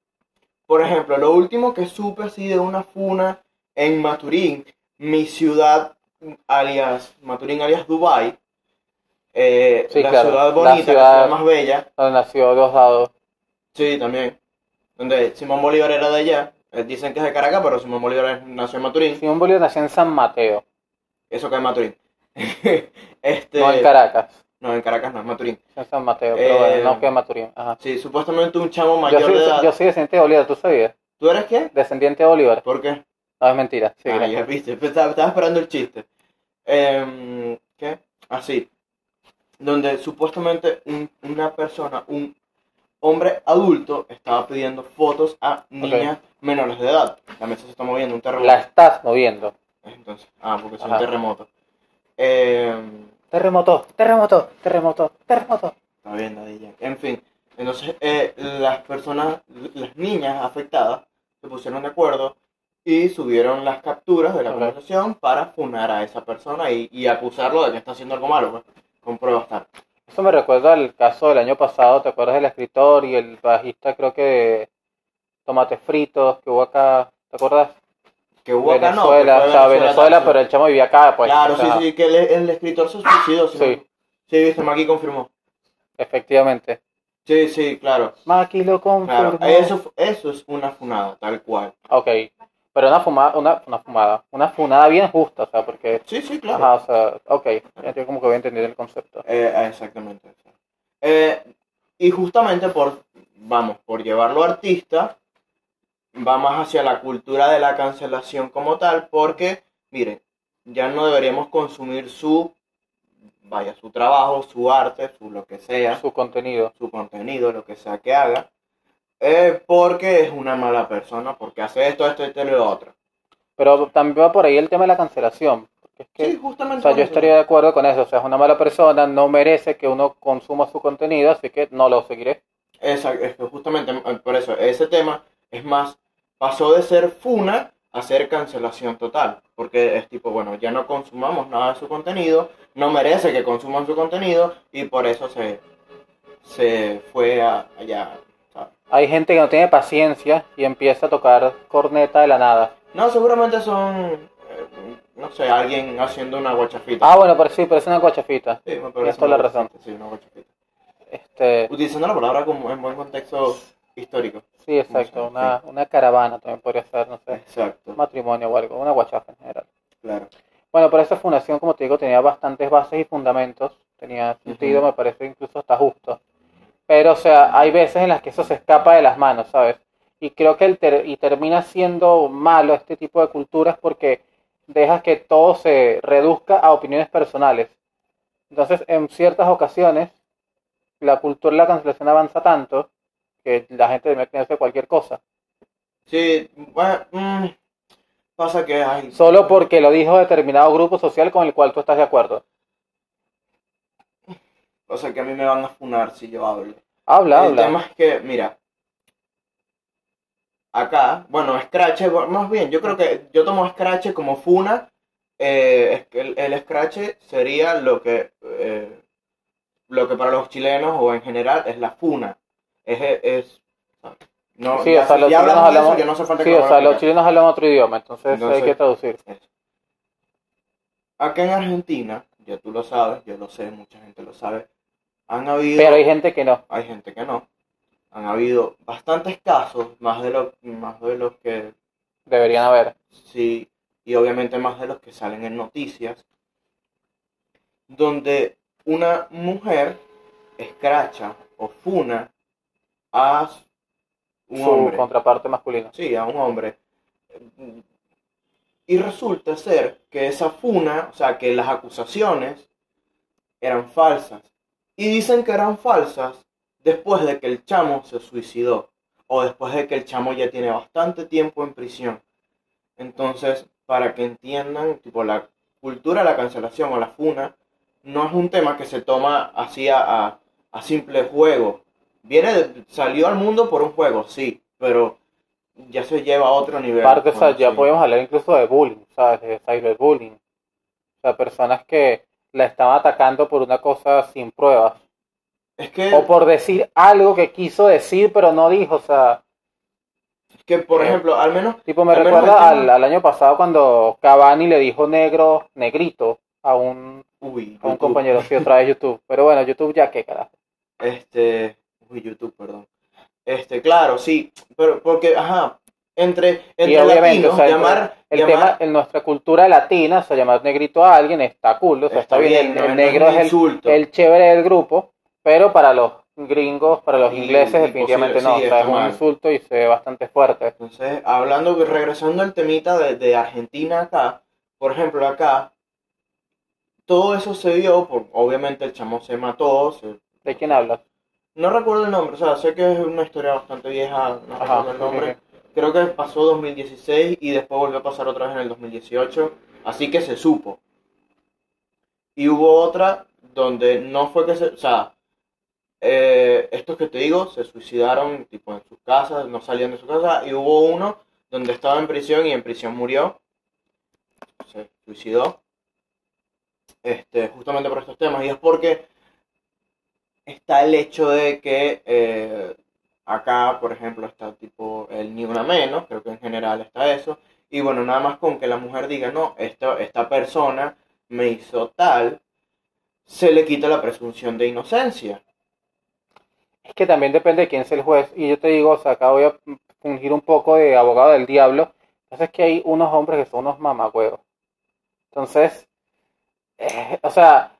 [SPEAKER 2] Por ejemplo, lo último que supe así de una funa en Maturín, mi ciudad alias Maturín alias Dubai, eh,
[SPEAKER 1] Sí,
[SPEAKER 2] la
[SPEAKER 1] claro,
[SPEAKER 2] ciudad
[SPEAKER 1] la
[SPEAKER 2] bonita, la ciudad...
[SPEAKER 1] ciudad-
[SPEAKER 2] más bella,
[SPEAKER 1] donde nació dos dados,
[SPEAKER 2] sí, también, donde Simón Bolívar era de allá, Eh, dicen que es de Caracas, pero Simón Bolívar nació en Maturín,
[SPEAKER 1] Simón Bolívar nació en San Mateo,
[SPEAKER 2] eso que es Maturín. (laughs) este,
[SPEAKER 1] no en Caracas,
[SPEAKER 2] no, en Caracas no, es Maturín.
[SPEAKER 1] en San Mateo, pero bueno,
[SPEAKER 2] Eh,
[SPEAKER 1] no que en Maturín, ajá.
[SPEAKER 2] Sí, supuestamente un chamo
[SPEAKER 1] Yo
[SPEAKER 2] mayor
[SPEAKER 1] soy,
[SPEAKER 2] de edad.
[SPEAKER 1] yo soy descendiente de Bolívar, ¿tú sabías?
[SPEAKER 2] ¿Tú eres qué?
[SPEAKER 1] Descendiente de Bolívar,
[SPEAKER 2] ¿Por qué?
[SPEAKER 1] no es mentira, sí,
[SPEAKER 2] Ah, ya viste, pues, estaba, estaba esperando el chiste. Em, ¿Qué? Así. Donde supuestamente un- una persona, un hombre adulto, estaba pidiendo fotos a niñas menores de edad. La mesa se está moviendo, un terremoto.
[SPEAKER 1] la estás moviendo.
[SPEAKER 2] Entonces, ah, porque es un
[SPEAKER 1] Ajá.
[SPEAKER 2] terremoto. Em,
[SPEAKER 1] Terremoto, terremoto, terremoto, terremoto.
[SPEAKER 2] Está bien, Dadilla. En fin, entonces eh, las personas, las niñas afectadas, se pusieron de acuerdo y subieron las capturas de la
[SPEAKER 1] Ok.
[SPEAKER 2] conversación para funar a esa persona y, y acusarlo de que está haciendo algo malo, pues, con pruebas tal.
[SPEAKER 1] Eso me recuerda al caso del año pasado, ¿te acuerdas del escritor y el bajista, creo que de Tomates Fritos, que hubo acá, ¿te acuerdas?
[SPEAKER 2] Que hubo acá no, que
[SPEAKER 1] Venezuela,
[SPEAKER 2] fue
[SPEAKER 1] o sea, Venezuela,
[SPEAKER 2] también.
[SPEAKER 1] pero el chamo vivía acá, pues.
[SPEAKER 2] Claro,
[SPEAKER 1] o sea,
[SPEAKER 2] sí, sí, que el, el escritor se suicidó. Sí,
[SPEAKER 1] Sí.
[SPEAKER 2] sí viste, Maki confirmó.
[SPEAKER 1] Efectivamente.
[SPEAKER 2] Sí, sí, claro.
[SPEAKER 1] Maki
[SPEAKER 2] Claro,
[SPEAKER 1] lo confirmó.
[SPEAKER 2] eso, fu- eso es una funada, tal cual.
[SPEAKER 1] Ok, pero una fumada, una, una fumada, una funada bien justa, o sea, porque,
[SPEAKER 2] Sí, sí, claro.
[SPEAKER 1] ajá, o sea, ok, ya tengo como que voy a entender el concepto.
[SPEAKER 2] Eh, ah, exactamente. sí. Eh, y justamente por, vamos, por llevarlo a artista, va más hacia la cultura de la cancelación como tal, porque, miren, ya no deberíamos consumir su, vaya, su trabajo, su arte, su lo que sea,
[SPEAKER 1] Su contenido,
[SPEAKER 2] su contenido, lo que sea que haga, eh, porque es una mala persona, porque hace esto, esto, esto y lo otro.
[SPEAKER 1] pero también va por ahí el tema de la cancelación, porque es que,
[SPEAKER 2] Sí, justamente.
[SPEAKER 1] o sea,
[SPEAKER 2] eso.
[SPEAKER 1] yo estaría de acuerdo con eso, o sea, es una mala persona, no merece que uno consuma su contenido, así que no lo seguiré.
[SPEAKER 2] Esa- es que justamente eh, por eso, ese tema es más, pasó de ser funa a ser cancelación total, porque es tipo, bueno, ya no consumamos nada de su contenido, no merece que consuman su contenido y por eso se, se fue a- allá. ¿sabes?
[SPEAKER 1] Hay gente que no tiene paciencia y empieza a tocar corneta de la nada.
[SPEAKER 2] No, seguramente son, eh, no sé, alguien haciendo una guachafita.
[SPEAKER 1] Ah, bueno, pero sí, pero es una guachafita.
[SPEAKER 2] Sí, me
[SPEAKER 1] tienes toda la
[SPEAKER 2] una
[SPEAKER 1] razón.
[SPEAKER 2] guachafita, sí, una guachafita.
[SPEAKER 1] Este,
[SPEAKER 2] Utilizando la palabra como en buen contexto histórico.
[SPEAKER 1] sí, exacto, una, una caravana también podría ser, no sé,
[SPEAKER 2] Exacto,
[SPEAKER 1] un matrimonio o algo, una guachafa en general.
[SPEAKER 2] claro.
[SPEAKER 1] Bueno, pero esa fundación, como te digo, tenía bastantes bases y fundamentos, tenía sentido,
[SPEAKER 2] Ujú.
[SPEAKER 1] me parece incluso hasta justo. Pero, o sea, hay veces en las que eso se escapa de las manos, ¿sabes? Y creo que el ter- y termina siendo malo este tipo de culturas porque dejas que todo se reduzca a opiniones personales. Entonces, en ciertas ocasiones, la cultura de la cancelación avanza tanto que la gente debe creerse cualquier cosa.
[SPEAKER 2] Sí, bueno, mm, pasa que hay...
[SPEAKER 1] Solo porque lo dijo determinado grupo social con el cual tú estás de acuerdo.
[SPEAKER 2] O sea, que a mí me van a funar si yo hablo.
[SPEAKER 1] Habla,
[SPEAKER 2] El
[SPEAKER 1] habla.
[SPEAKER 2] tema es que, mira, acá, bueno, Scratch, bueno, más bien, yo creo que yo tomo Scratch como funa. eh, es que el, el Scratch sería lo que, eh, lo que para los chilenos o en general es la funa. Es, es, no,
[SPEAKER 1] Sí,
[SPEAKER 2] ya,
[SPEAKER 1] o sea,
[SPEAKER 2] si
[SPEAKER 1] los
[SPEAKER 2] ya hablamos de eso,
[SPEAKER 1] chilenos hablamos-
[SPEAKER 2] ya no hace falta que
[SPEAKER 1] Sí, o
[SPEAKER 2] lo
[SPEAKER 1] sea, los
[SPEAKER 2] hablemos.
[SPEAKER 1] chilenos hablan otro idioma, entonces
[SPEAKER 2] Entonces-
[SPEAKER 1] hay que traducir.
[SPEAKER 2] Acá en Argentina, ya tú lo sabes, yo lo sé, mucha gente lo sabe, han habido...
[SPEAKER 1] Pero hay gente que no.
[SPEAKER 2] hay gente que no. Han habido bastantes casos, más de los más de los que
[SPEAKER 1] Deberían haber.
[SPEAKER 2] sí, y obviamente más de los que salen en noticias, donde una mujer escracha o funa a un
[SPEAKER 1] Su
[SPEAKER 2] hombre.
[SPEAKER 1] contraparte masculina.
[SPEAKER 2] Sí, a un hombre. Y resulta ser que esa funa, o sea, que las acusaciones eran falsas. Y dicen que eran falsas después de que el chamo se suicidó. O después de que el chamo ya tiene bastante tiempo en prisión. Entonces, para que entiendan, tipo, la cultura de la cancelación o la funa no es un tema que se toma así a, a- a simple juego. Viene de- salió al mundo por un juego, sí, pero ya se lleva a otro nivel.
[SPEAKER 1] Aparte, o sea,
[SPEAKER 2] Bueno,
[SPEAKER 1] ya
[SPEAKER 2] sí.
[SPEAKER 1] podemos hablar incluso de bullying, ¿sabes? De cyberbullying. O sea, personas que la estaban atacando por una cosa sin pruebas.
[SPEAKER 2] Es que,
[SPEAKER 1] O por decir algo que quiso decir, pero no dijo. O sea,
[SPEAKER 2] es que, por
[SPEAKER 1] Eh,
[SPEAKER 2] ejemplo, al menos
[SPEAKER 1] tipo, me
[SPEAKER 2] Al menos
[SPEAKER 1] recuerda
[SPEAKER 2] el tema-
[SPEAKER 1] al, al año pasado cuando Cavani le dijo negro, negrito a un,
[SPEAKER 2] Uy,
[SPEAKER 1] a un
[SPEAKER 2] YouTube.
[SPEAKER 1] compañero. Sí, otra vez YouTube. Pero bueno, YouTube ya qué, carajo.
[SPEAKER 2] Este, uy, YouTube, perdón. Este, claro, sí, pero porque, ajá, entre,
[SPEAKER 1] Y
[SPEAKER 2] entre
[SPEAKER 1] obviamente,
[SPEAKER 2] latinos,
[SPEAKER 1] o sea, el-
[SPEAKER 2] llamar,
[SPEAKER 1] el
[SPEAKER 2] llamar-
[SPEAKER 1] tema en nuestra cultura latina, o sea, llamar negrito a alguien está cool, o sea, está, bien, el,
[SPEAKER 2] no,
[SPEAKER 1] el
[SPEAKER 2] no
[SPEAKER 1] negro
[SPEAKER 2] un
[SPEAKER 1] es
[SPEAKER 2] insulto.
[SPEAKER 1] el, el chévere del grupo, pero para los gringos, para los
[SPEAKER 2] Y-
[SPEAKER 1] ingleses
[SPEAKER 2] imposible,
[SPEAKER 1] definitivamente no,
[SPEAKER 2] sí,
[SPEAKER 1] o sea, es
[SPEAKER 2] está
[SPEAKER 1] un
[SPEAKER 2] mal.
[SPEAKER 1] insulto y se ve bastante fuerte.
[SPEAKER 2] Entonces, hablando, regresando al temita de, de Argentina acá, por ejemplo, acá, todo eso se dio, por, obviamente el chamo se mató, se-
[SPEAKER 1] ¿De quién hablas?
[SPEAKER 2] no recuerdo el nombre, o sea, sé que es una historia bastante vieja, no
[SPEAKER 1] Ajá,
[SPEAKER 2] recuerdo el nombre, creo que pasó 2016 y después volvió a pasar otra vez en el 2018, así que se supo. Y hubo otra donde no fue que se, o sea, eh, estos que te digo se suicidaron tipo en sus casas, no salían de su casa, y hubo uno donde estaba en prisión y en prisión murió, se suicidó, este, justamente por estos temas, y es porque está el hecho de que eh, acá, por ejemplo, está tipo el ni una menos, creo que en general está eso, y bueno, nada más con que la mujer diga, no, esta, esta persona me hizo tal, se le quita la presunción de inocencia.
[SPEAKER 1] Es que también depende de quién sea el juez. Y yo te digo, o sea, acá voy a fungir un poco de abogado del diablo. Entonces que hay unos hombres que son unos mamagüeos. Entonces, eh, o sea,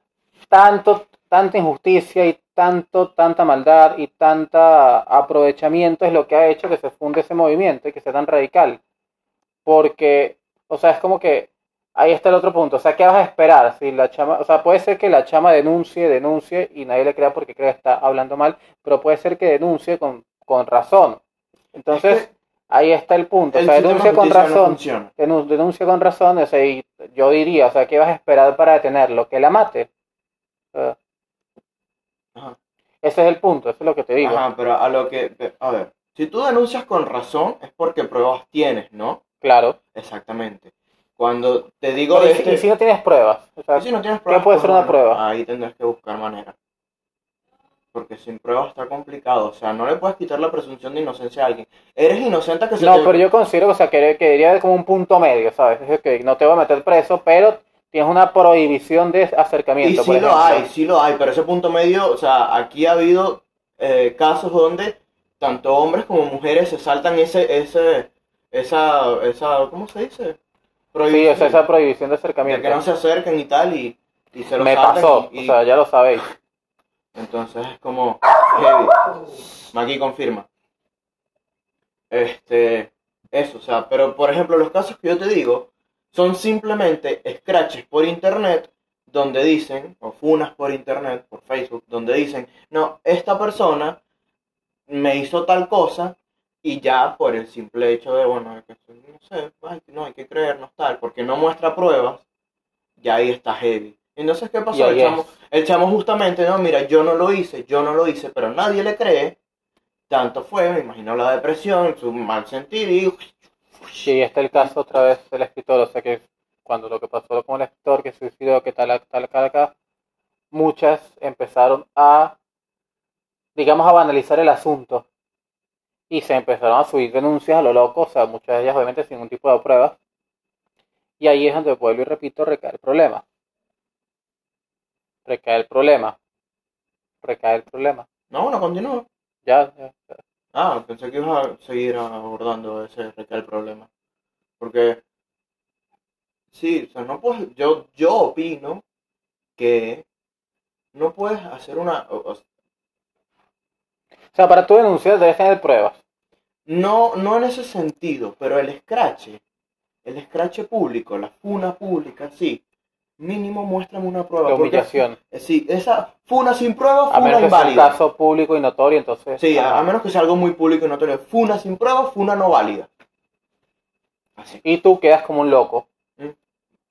[SPEAKER 1] tanto, tanta injusticia y tanto, tanta maldad y tanta aprovechamiento es lo que ha hecho que se funde ese movimiento y que sea tan radical. Porque, o sea, es como que ahí está el otro punto. O sea, ¿qué vas a esperar? Si la chama, o sea, puede ser que la chama denuncie, denuncie y nadie le crea porque crea que está hablando mal, pero puede ser que denuncie con, con razón. Entonces,
[SPEAKER 2] Es que
[SPEAKER 1] ahí está el punto. O
[SPEAKER 2] el
[SPEAKER 1] sea,
[SPEAKER 2] sistema
[SPEAKER 1] denuncia con
[SPEAKER 2] judicial no
[SPEAKER 1] razón.
[SPEAKER 2] funciona.
[SPEAKER 1] denu- denuncia con razón, o sea, y yo diría, o sea, ¿qué vas a esperar para detenerlo? Que la mate. O sea,
[SPEAKER 2] Ajá.
[SPEAKER 1] ese es el punto, eso es lo que te digo.
[SPEAKER 2] Ajá, pero a lo que. A ver, si tú denuncias con razón es porque pruebas tienes, ¿no?
[SPEAKER 1] Claro.
[SPEAKER 2] Exactamente. Cuando te digo
[SPEAKER 1] Pero y, si,
[SPEAKER 2] este.
[SPEAKER 1] y si no tienes pruebas, o sea,
[SPEAKER 2] Y si no tienes pruebas,
[SPEAKER 1] puede
[SPEAKER 2] pues,
[SPEAKER 1] ser una
[SPEAKER 2] bueno,
[SPEAKER 1] prueba?
[SPEAKER 2] Ahí tendrás que buscar manera. Porque sin pruebas está complicado. O sea, no le puedes quitar la presunción de inocencia a alguien. Eres inocente hasta que se
[SPEAKER 1] no,
[SPEAKER 2] te-
[SPEAKER 1] pero yo considero, o sea, que, que diría como un punto medio, ¿sabes? Es que no te voy a meter preso, pero tienes una prohibición de
[SPEAKER 2] Y
[SPEAKER 1] acercamiento. por
[SPEAKER 2] sí lo
[SPEAKER 1] ejemplo.
[SPEAKER 2] hay, sí lo hay. Pero ese punto medio, o sea, aquí ha habido eh, casos donde tanto hombres como mujeres se saltan ese, ese, esa, esa, ¿cómo se dice?
[SPEAKER 1] Sí, o
[SPEAKER 2] Prohibición.
[SPEAKER 1] sea, esa prohibición de
[SPEAKER 2] de
[SPEAKER 1] acercamiento.
[SPEAKER 2] que no se acerquen y tal, y, y se lo
[SPEAKER 1] Me
[SPEAKER 2] saltan
[SPEAKER 1] pasó,
[SPEAKER 2] y-
[SPEAKER 1] o
[SPEAKER 2] y-
[SPEAKER 1] sea, ya lo sabéis.
[SPEAKER 2] Entonces es como heavy. Maki confirma. Este, eso, o sea, pero por ejemplo, los casos que yo te digo son simplemente scratches por internet donde dicen, o funas por internet, por Facebook, donde dicen, no, esta persona me hizo tal cosa y ya por el simple hecho de, bueno, de que, no sé, ay, no hay que creernos tal, porque no muestra pruebas, ya ahí está heavy. Entonces, ¿qué
[SPEAKER 1] Y
[SPEAKER 2] pasó?
[SPEAKER 1] ahí
[SPEAKER 2] El
[SPEAKER 1] es.
[SPEAKER 2] chamo, el chamo justamente, no, mira, yo no lo hice, yo no lo hice, pero nadie le cree. Tanto fue, me imagino la depresión, su mal sentir y...
[SPEAKER 1] Sí, y está el caso otra vez del escritor, o sea que cuando lo que pasó con el escritor que se suicidó, que tal, tal, tal, acá, muchas empezaron a, digamos, a banalizar el asunto y se empezaron a subir denuncias a lo loco, o sea, muchas de ellas obviamente sin ningún tipo de pruebas. Y ahí es donde vuelvo y repito, recae el problema. Recae el problema. Recae el problema.
[SPEAKER 2] No, no, continúa.
[SPEAKER 1] Ya, ya.
[SPEAKER 2] Ah, pensé que ibas a seguir abordando ese real problema. Porque, sí, o sea, no puedes, yo, yo opino que no puedes hacer una, o- o-
[SPEAKER 1] O sea, para tú denunciar debes tener pruebas.
[SPEAKER 2] No, no en ese sentido, pero el escrache, el escrache público, la funa pública, sí. Mínimo muéstrame una prueba.
[SPEAKER 1] La
[SPEAKER 2] porque-
[SPEAKER 1] humillación.
[SPEAKER 2] eh, sí, esa funa sin prueba,
[SPEAKER 1] A menos
[SPEAKER 2] funa
[SPEAKER 1] que sea un
[SPEAKER 2] inválida.
[SPEAKER 1] caso público y notorio, entonces.
[SPEAKER 2] Sí, a,
[SPEAKER 1] ah.
[SPEAKER 2] a menos que sea algo muy público y notorio. Funa sin prueba, funa no válida. Así.
[SPEAKER 1] y tú quedas como un loco.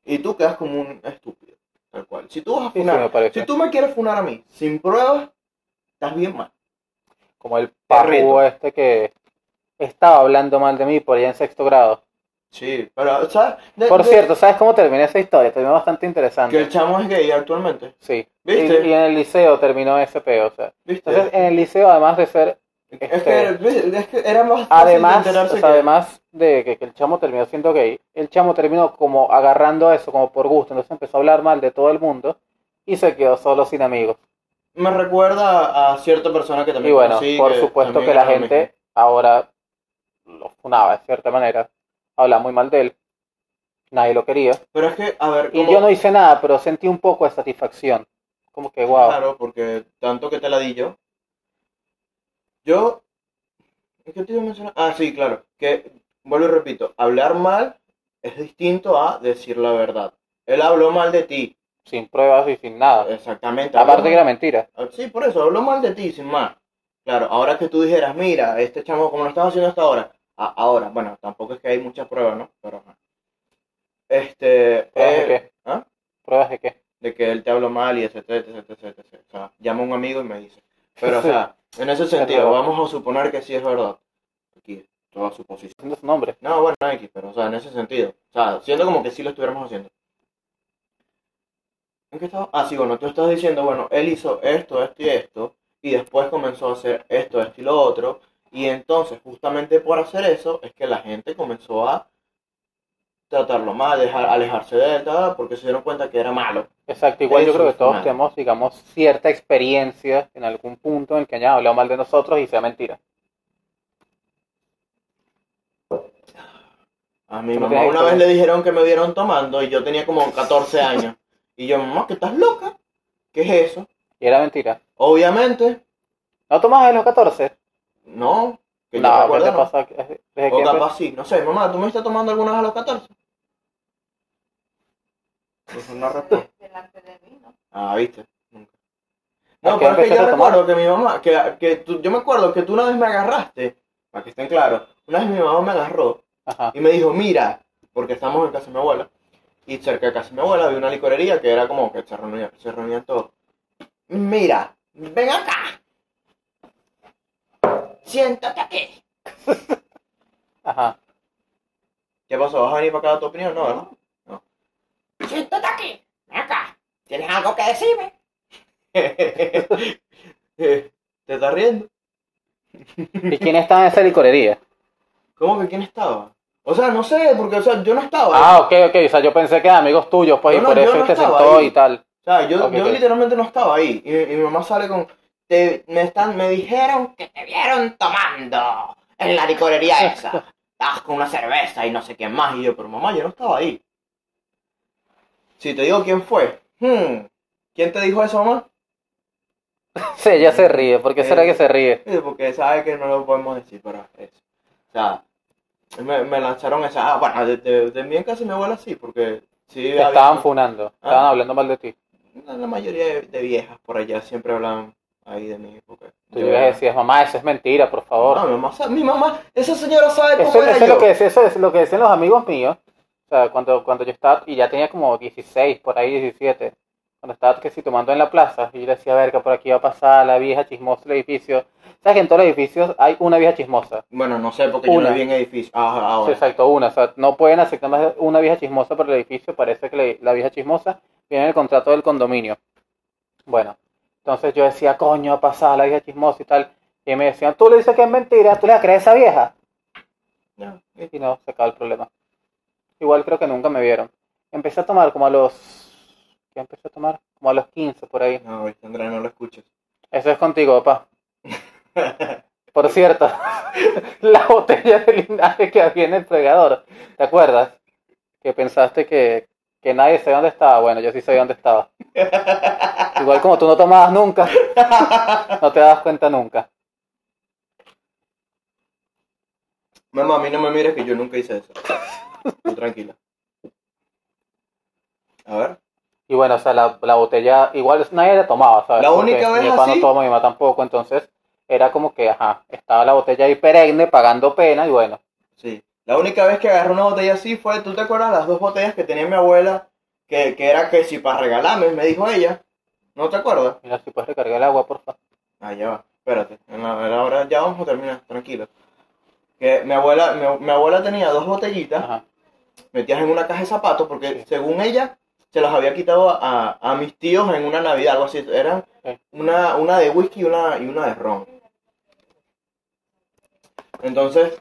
[SPEAKER 2] Y tú quedas como un estúpido, tal cual. Si tú vas a
[SPEAKER 1] Sí, sí,
[SPEAKER 2] funar,
[SPEAKER 1] me parece.
[SPEAKER 2] si tú me quieres funar a mí sin pruebas, estás bien mal.
[SPEAKER 1] Como el papu
[SPEAKER 2] reto.
[SPEAKER 1] este que estaba hablando mal de mí por allá en sexto grado.
[SPEAKER 2] Sí, pero, ¿sabes? De-
[SPEAKER 1] Por
[SPEAKER 2] de-
[SPEAKER 1] cierto, ¿sabes cómo terminó esa historia? Terminó bastante
[SPEAKER 2] Que
[SPEAKER 1] interesante.
[SPEAKER 2] el chamo es gay actualmente.
[SPEAKER 1] Sí. Y,
[SPEAKER 2] ¿Viste?
[SPEAKER 1] y en el liceo terminó ese peo. O sea.
[SPEAKER 2] ¿Viste?
[SPEAKER 1] Entonces, en el liceo, además de ser.
[SPEAKER 2] Es que, era- es que era más fácil de
[SPEAKER 1] Además,
[SPEAKER 2] enterarse
[SPEAKER 1] o sea,
[SPEAKER 2] que-
[SPEAKER 1] además de que, que el chamo terminó siendo gay, el chamo terminó como agarrando eso, como por gusto. Entonces empezó a hablar mal de todo el mundo y se quedó solo sin amigos.
[SPEAKER 2] me recuerda a cierta persona que
[SPEAKER 1] Y
[SPEAKER 2] también
[SPEAKER 1] bueno,
[SPEAKER 2] conocí,
[SPEAKER 1] por
[SPEAKER 2] que
[SPEAKER 1] supuesto
[SPEAKER 2] también
[SPEAKER 1] que la
[SPEAKER 2] era lo
[SPEAKER 1] gente
[SPEAKER 2] mismo.
[SPEAKER 1] ahora lo funaba de cierta manera. Hablaba muy mal de él. Nadie lo quería.
[SPEAKER 2] Pero es que, a ver,
[SPEAKER 1] Y
[SPEAKER 2] como-
[SPEAKER 1] yo no hice nada, pero sentí un poco de satisfacción. Como que, wow.
[SPEAKER 2] Claro, porque tanto que te la di yo. Yo... ¿Es que te iba a mencionar? Ah, sí, claro. Que, vuelvo y repito, hablar mal es distinto a decir la verdad. Él habló mal de ti.
[SPEAKER 1] Sin pruebas y sin
[SPEAKER 2] Eh,
[SPEAKER 1] nada.
[SPEAKER 2] Exactamente. habló
[SPEAKER 1] Aparte que
[SPEAKER 2] mal-
[SPEAKER 1] era mentira.
[SPEAKER 2] Ah, Sí, por eso, habló mal de ti, sin más. Claro, ahora que tú dijeras, mira, este chamo, como lo estás haciendo hasta ahora, a- ahora, bueno, tampoco es que hay muchas pruebas, ¿no? Pero, ajá. este,
[SPEAKER 1] ¿Pruebas
[SPEAKER 2] eh,
[SPEAKER 1] de qué?
[SPEAKER 2] ¿ah?
[SPEAKER 1] ¿Pruebas de qué?
[SPEAKER 2] de que él te habló mal y etcétera, etcétera, etcétera, etcétera. O sea, llama a un amigo y me dice. Pero, o sea, en ese sentido,
[SPEAKER 1] Claro.
[SPEAKER 2] vamos a suponer que sí es verdad. Aquí, toda suposición.
[SPEAKER 1] Haciendo su nombre.
[SPEAKER 2] No, bueno, X, pero, o sea, en ese sentido. O sea, siendo como que sí lo estuviéramos haciendo. ¿En qué estaba? Ah, sí, bueno, tú estás diciendo, bueno, él hizo esto, esto y esto, y después comenzó a hacer esto, esto y lo otro, y entonces, justamente por hacer eso, es que la gente comenzó a tratarlo mal, dejar, alejarse de él, tal, porque se dieron cuenta que era malo.
[SPEAKER 1] Exacto, igual yo
[SPEAKER 2] Eso
[SPEAKER 1] creo que
[SPEAKER 2] es
[SPEAKER 1] todos
[SPEAKER 2] mal.
[SPEAKER 1] tenemos, digamos, cierta experiencia en algún punto en el que hayan hablado mal de nosotros y sea mentira.
[SPEAKER 2] A mi
[SPEAKER 1] Tú no
[SPEAKER 2] mamá
[SPEAKER 1] tienes
[SPEAKER 2] una vez le dijeron que me vieron tomando y yo tenía como 14 años. Y yo, mamá, que estás loca. ¿Qué es eso?
[SPEAKER 1] Y era mentira.
[SPEAKER 2] Obviamente,
[SPEAKER 1] ¿No tomas de los 14?
[SPEAKER 2] no. Que yo
[SPEAKER 1] No, ¿qué
[SPEAKER 2] recuerde,
[SPEAKER 1] te
[SPEAKER 2] no.
[SPEAKER 1] pasa? ¿Desde
[SPEAKER 2] O
[SPEAKER 1] que
[SPEAKER 2] capaz sí, no sé, mamá, ¿tú me estás tomando alguna vez a los 14? Pues una respuesta.
[SPEAKER 3] delante de mí, ¿no?
[SPEAKER 2] Ah, viste. Nunca.
[SPEAKER 1] ¿A
[SPEAKER 2] No, pero
[SPEAKER 1] qué
[SPEAKER 2] es que yo
[SPEAKER 1] empezaste a tomar?
[SPEAKER 2] recuerdo que mi mamá, que, que tú- yo me acuerdo que tú una vez me agarraste, para que estén claros, una vez mi mamá me agarró
[SPEAKER 1] Ajá.
[SPEAKER 2] y me dijo, mira, porque estamos en casa de mi abuela, y cerca de casa de mi abuela había una licorería que era como que se reunía, se reunían todos. Mira, ven acá. Siéntate aquí.
[SPEAKER 1] Ajá.
[SPEAKER 2] ¿Qué pasó? ¿Vas a venir para acá a dar tu opinión? No, ¿verdad?
[SPEAKER 3] Siéntate aquí, acá. ¿Tienes algo que decirme?
[SPEAKER 2] (laughs) Eh, ¿Te estás riendo?
[SPEAKER 1] ¿Y quién estaba en esa licorería?
[SPEAKER 2] ¿Cómo que quién estaba? O sea, no sé, porque o sea, yo no estaba.
[SPEAKER 1] Ah, ok, ok. O sea, yo pensé que eran amigos tuyos, pues,
[SPEAKER 2] Yo
[SPEAKER 1] y
[SPEAKER 2] no-
[SPEAKER 1] por
[SPEAKER 2] yo
[SPEAKER 1] eso
[SPEAKER 2] no
[SPEAKER 1] te
[SPEAKER 2] estaba
[SPEAKER 1] sentó
[SPEAKER 2] ahí.
[SPEAKER 1] y tal.
[SPEAKER 2] o sea, yo,
[SPEAKER 1] ok,
[SPEAKER 2] yo
[SPEAKER 1] ok.
[SPEAKER 2] literalmente no estaba ahí. Y, y mi mamá sale con. Te, me, están, me dijeron que te vieron tomando en la licorería
[SPEAKER 1] (laughs)
[SPEAKER 2] esa. Estabas con una cerveza y no sé qué más. Y yo, pero mamá, yo no estaba ahí. Si te digo quién fue. hmm, ¿Quién te dijo eso, mamá?
[SPEAKER 1] Sí, ella se ríe. ¿Por qué
[SPEAKER 2] Eh.
[SPEAKER 1] será que se ríe?
[SPEAKER 2] Eh, Porque sabe que no lo podemos decir, pero eso. O sea, me, me lanzaron esa. Ah, bueno, de, de, de mí en casa de mi abuela sí, porque sí.
[SPEAKER 1] Te
[SPEAKER 2] había-
[SPEAKER 1] estaban funando.
[SPEAKER 2] Ah.
[SPEAKER 1] Estaban hablando mal de ti.
[SPEAKER 2] la, la mayoría de, de viejas por allá siempre hablan ahí de mí. Porque
[SPEAKER 1] Tú
[SPEAKER 2] yo-
[SPEAKER 1] llegas y decías, mamá, eso es mentira, por favor.
[SPEAKER 2] No, mi mamá, sabe- mi mamá, esa señora sabe cómo
[SPEAKER 1] Eso,
[SPEAKER 2] era
[SPEAKER 1] eso es
[SPEAKER 2] yo.
[SPEAKER 1] lo que, decía- eso es lo que decían los amigos míos. O sea, cuando, cuando yo estaba, y ya tenía como 16, por ahí 17, cuando estaba que si tomando en la plaza, y yo decía, verga, por aquí va a pasar la vieja chismosa del edificio. ¿Sabes que en todos los edificios hay una vieja chismosa?
[SPEAKER 2] Bueno, no sé, porque yo
[SPEAKER 1] Una.
[SPEAKER 2] no viví en edificio. Ah, Ajá,
[SPEAKER 1] Sí,
[SPEAKER 2] ahora.
[SPEAKER 1] exacto, una. O sea, no pueden aceptar más de una vieja chismosa por el edificio. Parece que la, la vieja chismosa viene en el contrato del condominio. Bueno, entonces yo decía, coño, ha pasado la vieja chismosa y tal. Y me decían, tú le dices que es mentira, tú le crees a esa vieja.
[SPEAKER 2] No, eh,
[SPEAKER 1] y no, se acaba el problema. Igual creo que nunca me vieron. Empecé a tomar como a los... ¿Qué empecé a tomar? Como a los 15 por ahí.
[SPEAKER 2] no, ahorita, Andrea, no lo escuches.
[SPEAKER 1] Eso es contigo,
[SPEAKER 2] (laughs)
[SPEAKER 1] papá. Por cierto, (laughs) la botella de linaje que había en el fregador, ¿te acuerdas? Que pensaste que, que nadie sabía dónde estaba. Bueno, yo sí sabía
[SPEAKER 2] (laughs)
[SPEAKER 1] dónde estaba. Igual como tú no tomabas nunca, no te das cuenta nunca.
[SPEAKER 2] Mamá, a mí no me mires que yo nunca hice eso. Tú tranquila. A ver.
[SPEAKER 1] Y bueno, o sea, la, la botella, igual nadie la tomaba, ¿sabes?
[SPEAKER 2] La
[SPEAKER 1] Porque
[SPEAKER 2] única vez
[SPEAKER 1] mi papá
[SPEAKER 2] así-
[SPEAKER 1] no toma, mi mamá tampoco, entonces era como que, ajá, estaba la botella ahí perenne, pagando pena, y bueno,
[SPEAKER 2] Sí. La única vez que agarré una botella así fue, ¿tú te acuerdas las dos botellas que tenía mi abuela? Que, que era que si para regalarme, me dijo ella. ¿No te acuerdas?
[SPEAKER 1] mira, si puedes recargar el agua, por favor.
[SPEAKER 2] Ah, ya va. Espérate. En la, en la hora ya vamos a terminar, tranquilo. Que mi abuela, mi, mi abuela tenía dos botellitas
[SPEAKER 1] Ajá.
[SPEAKER 2] metidas en una caja de zapatos porque
[SPEAKER 1] Sí.
[SPEAKER 2] según ella se las había quitado a, a mis tíos en una Navidad, algo así. Eran
[SPEAKER 1] Ok.
[SPEAKER 2] una, una de whisky y una, y una de ron. Entonces,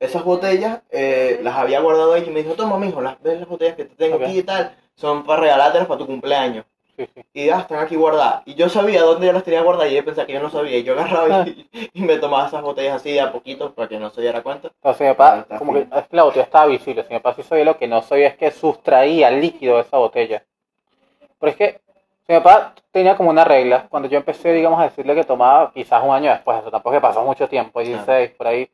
[SPEAKER 2] esas botellas eh, las había guardado ella y me dijo, toma, mijo, las, ves las botellas que te tengo
[SPEAKER 1] Ok.
[SPEAKER 2] aquí y tal, son para regalártelas para tu cumpleaños
[SPEAKER 1] Sí, sí.
[SPEAKER 2] y ya están aquí guardadas. Y yo sabía dónde yo las tenía guardadas y yo pensaba que yo no sabía. Y yo agarraba y,
[SPEAKER 1] Ah.
[SPEAKER 2] (laughs) y me tomaba esas botellas así de a poquito para que no se diera cuenta.
[SPEAKER 1] Entonces mi
[SPEAKER 2] Ah,
[SPEAKER 1] papá,
[SPEAKER 2] está
[SPEAKER 1] como que
[SPEAKER 2] fino.
[SPEAKER 1] es que la botella estaba visible, si mi papá sí sabía lo que no sabía es que sustraía el líquido de esa botella. Pero es que si mi papá tenía como una regla, cuando yo empecé, digamos, a decirle que tomaba quizás un año después, eso tampoco es que pasó mucho tiempo, 16, por ahí.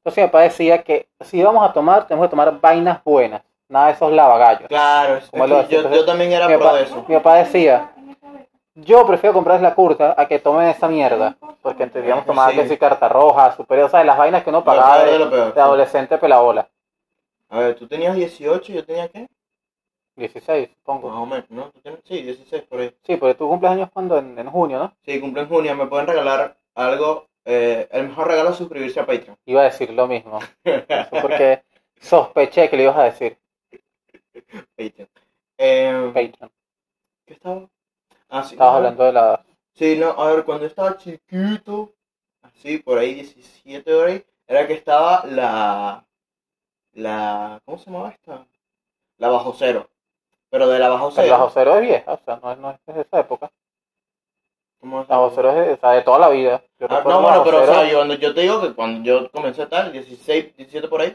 [SPEAKER 1] Entonces mi papá decía que si íbamos a tomar, tenemos que tomar vainas buenas, nada de esos lavagallos.
[SPEAKER 2] Claro, es-
[SPEAKER 1] ¿Cómo
[SPEAKER 2] es
[SPEAKER 1] lo
[SPEAKER 2] que
[SPEAKER 1] haces?
[SPEAKER 2] yo,
[SPEAKER 1] Entonces, eh,
[SPEAKER 2] yo también era
[SPEAKER 1] mi
[SPEAKER 2] pro
[SPEAKER 1] papá,
[SPEAKER 2] de eso.
[SPEAKER 1] mi papá decía, yo prefiero comprar la curta a que tomen esa mierda, porque entendíamos
[SPEAKER 2] (laughs)
[SPEAKER 1] tomar
[SPEAKER 2] Sí.
[SPEAKER 1] que si carta roja, superior, o sea, de las vainas que uno pagaba
[SPEAKER 2] Lo peor de
[SPEAKER 1] de,
[SPEAKER 2] lo peor.
[SPEAKER 1] de adolescente pelabola.
[SPEAKER 2] A ver, tú tenías 18 y yo tenía qué?
[SPEAKER 1] 16, supongo.
[SPEAKER 2] Más o menos, ¿no? ¿Tú tienes- Sí, 16 por ahí.
[SPEAKER 1] Sí, porque tú cumples años cuando en, en junio, ¿no?
[SPEAKER 2] Si cumplen junio, me pueden regalar algo. eh, el mejor regalo es suscribirse a Patreon.
[SPEAKER 1] Iba a decir lo mismo. Eso porque sospeché que le ibas a decir
[SPEAKER 2] Patreon. Eh,
[SPEAKER 1] Patreon.
[SPEAKER 2] ¿Qué estaba? Ah, sí,
[SPEAKER 1] Estabas
[SPEAKER 2] no,
[SPEAKER 1] hablando de la.
[SPEAKER 2] Sí, no, a ver, cuando estaba chiquito, así por ahí 17 horas, era que estaba la, la, ¿cómo se llamaba esta? la bajo cero. Pero de la bajo
[SPEAKER 1] Pero
[SPEAKER 2] cero.
[SPEAKER 1] la Josero es vieja, o sea, no es, no es de esa época.
[SPEAKER 2] ¿cómo es?
[SPEAKER 1] La Josero es de, o sea, de toda la vida. Yo
[SPEAKER 2] Ah, no,
[SPEAKER 1] recuerdo la
[SPEAKER 2] bueno, pero o
[SPEAKER 1] Josero-
[SPEAKER 2] sea, yo, cuando- yo te digo que cuando yo comencé tal, 16, 17 por ahí,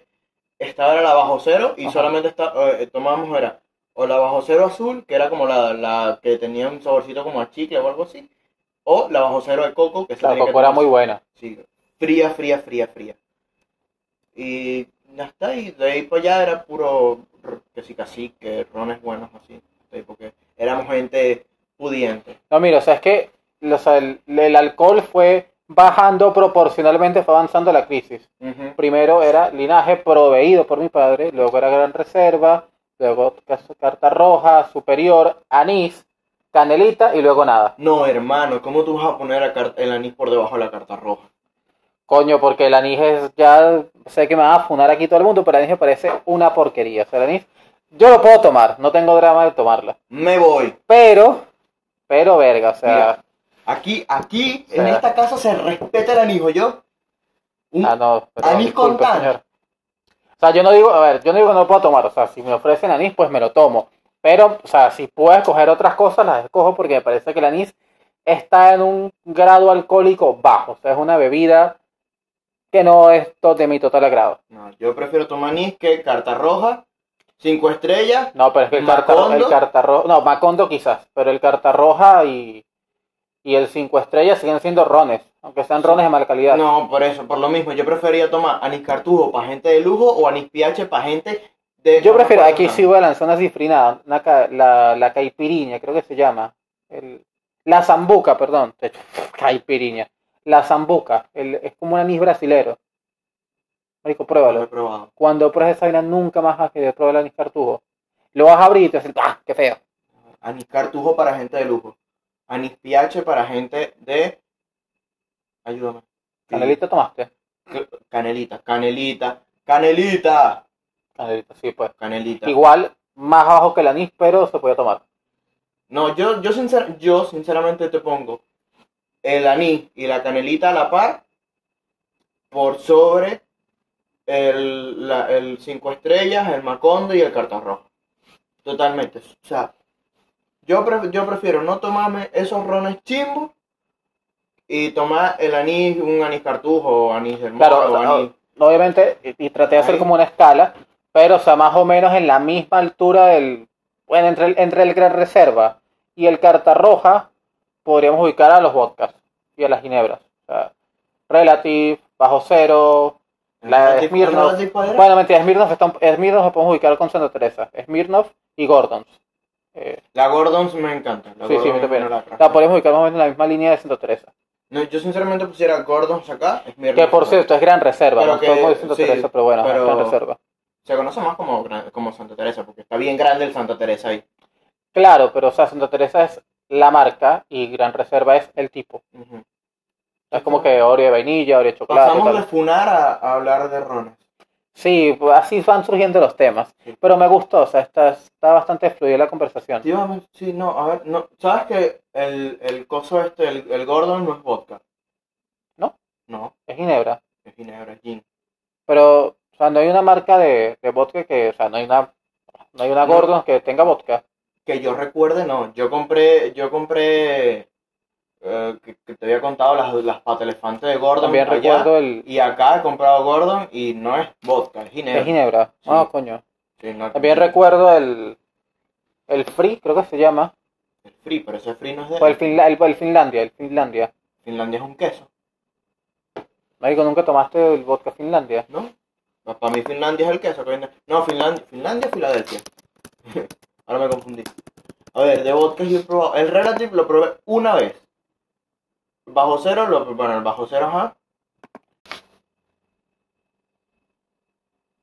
[SPEAKER 2] estaba la bajo cero y
[SPEAKER 1] Ajá.
[SPEAKER 2] solamente está, eh, tomábamos era o la bajo cero azul, que era como la, la que tenía un saborcito como a chicle o algo así, o la bajo cero de coco, que se
[SPEAKER 1] la
[SPEAKER 2] tenía que
[SPEAKER 1] Coco era
[SPEAKER 2] tomar
[SPEAKER 1] muy buena.
[SPEAKER 2] Sí, fría, fría, fría, fría. Y hasta ahí, de ahí para allá era puro r- que sí, cacique, rones buenos, así. ¿sí? Porque éramos gente pudiente.
[SPEAKER 1] No, mira, o sea, es que o sea, el, el alcohol fue bajando proporcionalmente, fue avanzando la crisis. Primero era linaje proveído por mi padre, luego era Gran Reserva, luego cas- Carta Roja, Superior, Anís, Canelita y luego nada.
[SPEAKER 2] No, hermano, ¿cómo tú vas a poner a car- el anís por debajo de la carta roja?
[SPEAKER 1] Coño, porque el anís es ya, sé que me va a funar aquí todo el mundo, pero el anís me parece una porquería. O sea, el anís, yo lo puedo tomar, no tengo drama de tomarla.
[SPEAKER 2] Me voy.
[SPEAKER 1] Pero, pero verga, o sea,
[SPEAKER 2] Mira, Aquí, aquí, en
[SPEAKER 1] sea.
[SPEAKER 2] esta casa se respeta el anís, yo. Un
[SPEAKER 1] Ah, no, pero
[SPEAKER 2] Anís con
[SPEAKER 1] disculpe,
[SPEAKER 2] tan.
[SPEAKER 1] señor. O sea, yo no digo, a ver, yo no digo que no lo puedo tomar, o sea, si me ofrecen anís, pues me lo tomo. Pero, o sea, si puedo escoger otras cosas, las escojo porque me parece que el anís está en un grado alcohólico bajo, o sea, es una bebida que no es to- de mi total agrado.
[SPEAKER 2] No, yo prefiero tomar anís que carta roja, cinco estrellas.
[SPEAKER 1] No, pero es que el
[SPEAKER 2] ¿Macondo?
[SPEAKER 1] carta, el carta roja, no, Macondo quizás, pero el carta roja y, y el cinco estrellas siguen siendo rones, aunque sean rones de mala calidad.
[SPEAKER 2] No, por eso, por lo mismo, yo prefería tomar anís cartujo para gente de lujo o anís pH para gente de...
[SPEAKER 1] Yo prefiero,
[SPEAKER 2] no, no,
[SPEAKER 1] aquí
[SPEAKER 2] no.
[SPEAKER 1] sí voy a lanzar una cifrina, una ca- la, la caipiriña, creo que se llama. El- la zambuca, perdón. De hecho, (laughs) Caipiriña. La zambuca. el- es como un anís brasilero. Marico,
[SPEAKER 2] No lo he
[SPEAKER 1] pruébalo.
[SPEAKER 2] probado.
[SPEAKER 1] Cuando pruebes esa vaina, nunca más vas a querer probar el anís cartujo. Lo vas a abrir y te vas a decir, ¡ah, qué feo!
[SPEAKER 2] Anís cartujo para gente de lujo. Anís pH para gente de... Ayúdame.
[SPEAKER 1] Canelita tomaste.
[SPEAKER 2] Canelita, canelita, canelita,
[SPEAKER 1] Canelita, sí, pues.
[SPEAKER 2] canelita.
[SPEAKER 1] Igual, más abajo que el anís, pero se puede tomar.
[SPEAKER 2] No, yo, yo, sincer- yo sinceramente te pongo el anís y la canelita a la par por sobre el, la- el cinco estrellas, el macondo y el cartón rojo. Totalmente. O sea, yo, pref- yo prefiero no tomarme esos rones chimbos y tomar el anís, un anís cartujo o anís del
[SPEAKER 1] Claro,
[SPEAKER 2] Moro,
[SPEAKER 1] o sea,
[SPEAKER 2] o anís-
[SPEAKER 1] obviamente, y, y traté de hacer
[SPEAKER 2] Ahí.
[SPEAKER 1] como una escala, pero o sea, más o menos en la misma altura del, bueno, entre el, entre el Gran Reserva y el Carta Roja, podríamos ubicar a los vodkas y a las ginebras. O sea, Relative, Bajo Cero, la de
[SPEAKER 2] ¿Qué
[SPEAKER 1] Smirnoff.
[SPEAKER 2] tipo era?
[SPEAKER 1] Bueno, mentira, Smirnoff, está, Smirnoff lo podemos ubicar con Santa Teresa, Smirnoff y Gordons. Eh,
[SPEAKER 2] La Gordons me encanta. La
[SPEAKER 1] sí, sí,
[SPEAKER 2] Gordons
[SPEAKER 1] me
[SPEAKER 2] no la
[SPEAKER 1] la
[SPEAKER 2] traje.
[SPEAKER 1] podemos ubicar más o menos en la misma línea de Santa Teresa.
[SPEAKER 2] No, yo sinceramente pues, pusiera Gordons acá. Smirnoff
[SPEAKER 1] Que por
[SPEAKER 2] acá.
[SPEAKER 1] cierto es Gran Reserva,
[SPEAKER 2] Pero
[SPEAKER 1] no
[SPEAKER 2] que-
[SPEAKER 1] sé cómo es Santa
[SPEAKER 2] sí,
[SPEAKER 1] Teresa, pero bueno,
[SPEAKER 2] pero-
[SPEAKER 1] es Gran Reserva.
[SPEAKER 2] se conoce más como, gran- como Santa Teresa, porque está bien grande el Santa Teresa ahí.
[SPEAKER 1] Claro, pero o sea, Santa Teresa es la marca y Gran Reserva es el tipo. Es como que Oreo de vainilla, Oreo de chocolate.
[SPEAKER 2] Pasamos
[SPEAKER 1] tal.
[SPEAKER 2] de funar a, a hablar de rones.
[SPEAKER 1] Sí, pues, así van surgiendo los temas.
[SPEAKER 2] Sí.
[SPEAKER 1] Pero me gustó, o sea, está, está bastante fluida la conversación.
[SPEAKER 2] Tío, a ver, sí, no, a ver, no, ¿sabes que el, el coso este, el, el Gordon no es vodka?
[SPEAKER 1] ¿No?
[SPEAKER 2] No,
[SPEAKER 1] Es Ginebra.
[SPEAKER 2] es ginebra, es gin.
[SPEAKER 1] Pero, o sea, no hay una marca de, de vodka que, o sea, no hay una, no hay una
[SPEAKER 2] No.
[SPEAKER 1] Gordon que tenga vodka.
[SPEAKER 2] Que yo recuerde, no, yo compré, yo compré, eh, que, que te había contado las, las pata elefante de Gordon
[SPEAKER 1] También
[SPEAKER 2] allá,
[SPEAKER 1] recuerdo el...
[SPEAKER 2] y acá he comprado Gordon y no es vodka, es
[SPEAKER 1] Es
[SPEAKER 2] ginebra.
[SPEAKER 1] Ginebra.
[SPEAKER 2] Sí.
[SPEAKER 1] Ah, coño.
[SPEAKER 2] Sí, no-
[SPEAKER 1] También recuerdo el... El Free, creo que se llama.
[SPEAKER 2] El free, pero ese free no es
[SPEAKER 1] O el,
[SPEAKER 2] de...
[SPEAKER 1] Finla- el- el Finlandia, el Finlandia.
[SPEAKER 2] Finlandia es un queso.
[SPEAKER 1] Marico, ¿nunca tomaste el vodka Finlandia?
[SPEAKER 2] ¿No? Para mí Finlandia es el queso que viene. No, Finlandia, Finlandia es Filadelfia. (laughs) Ahora me confundí. A ver, de vodka yo he probado. El Relative lo probé una vez. Bajo cero, lo, bueno, el bajo cero, ajá.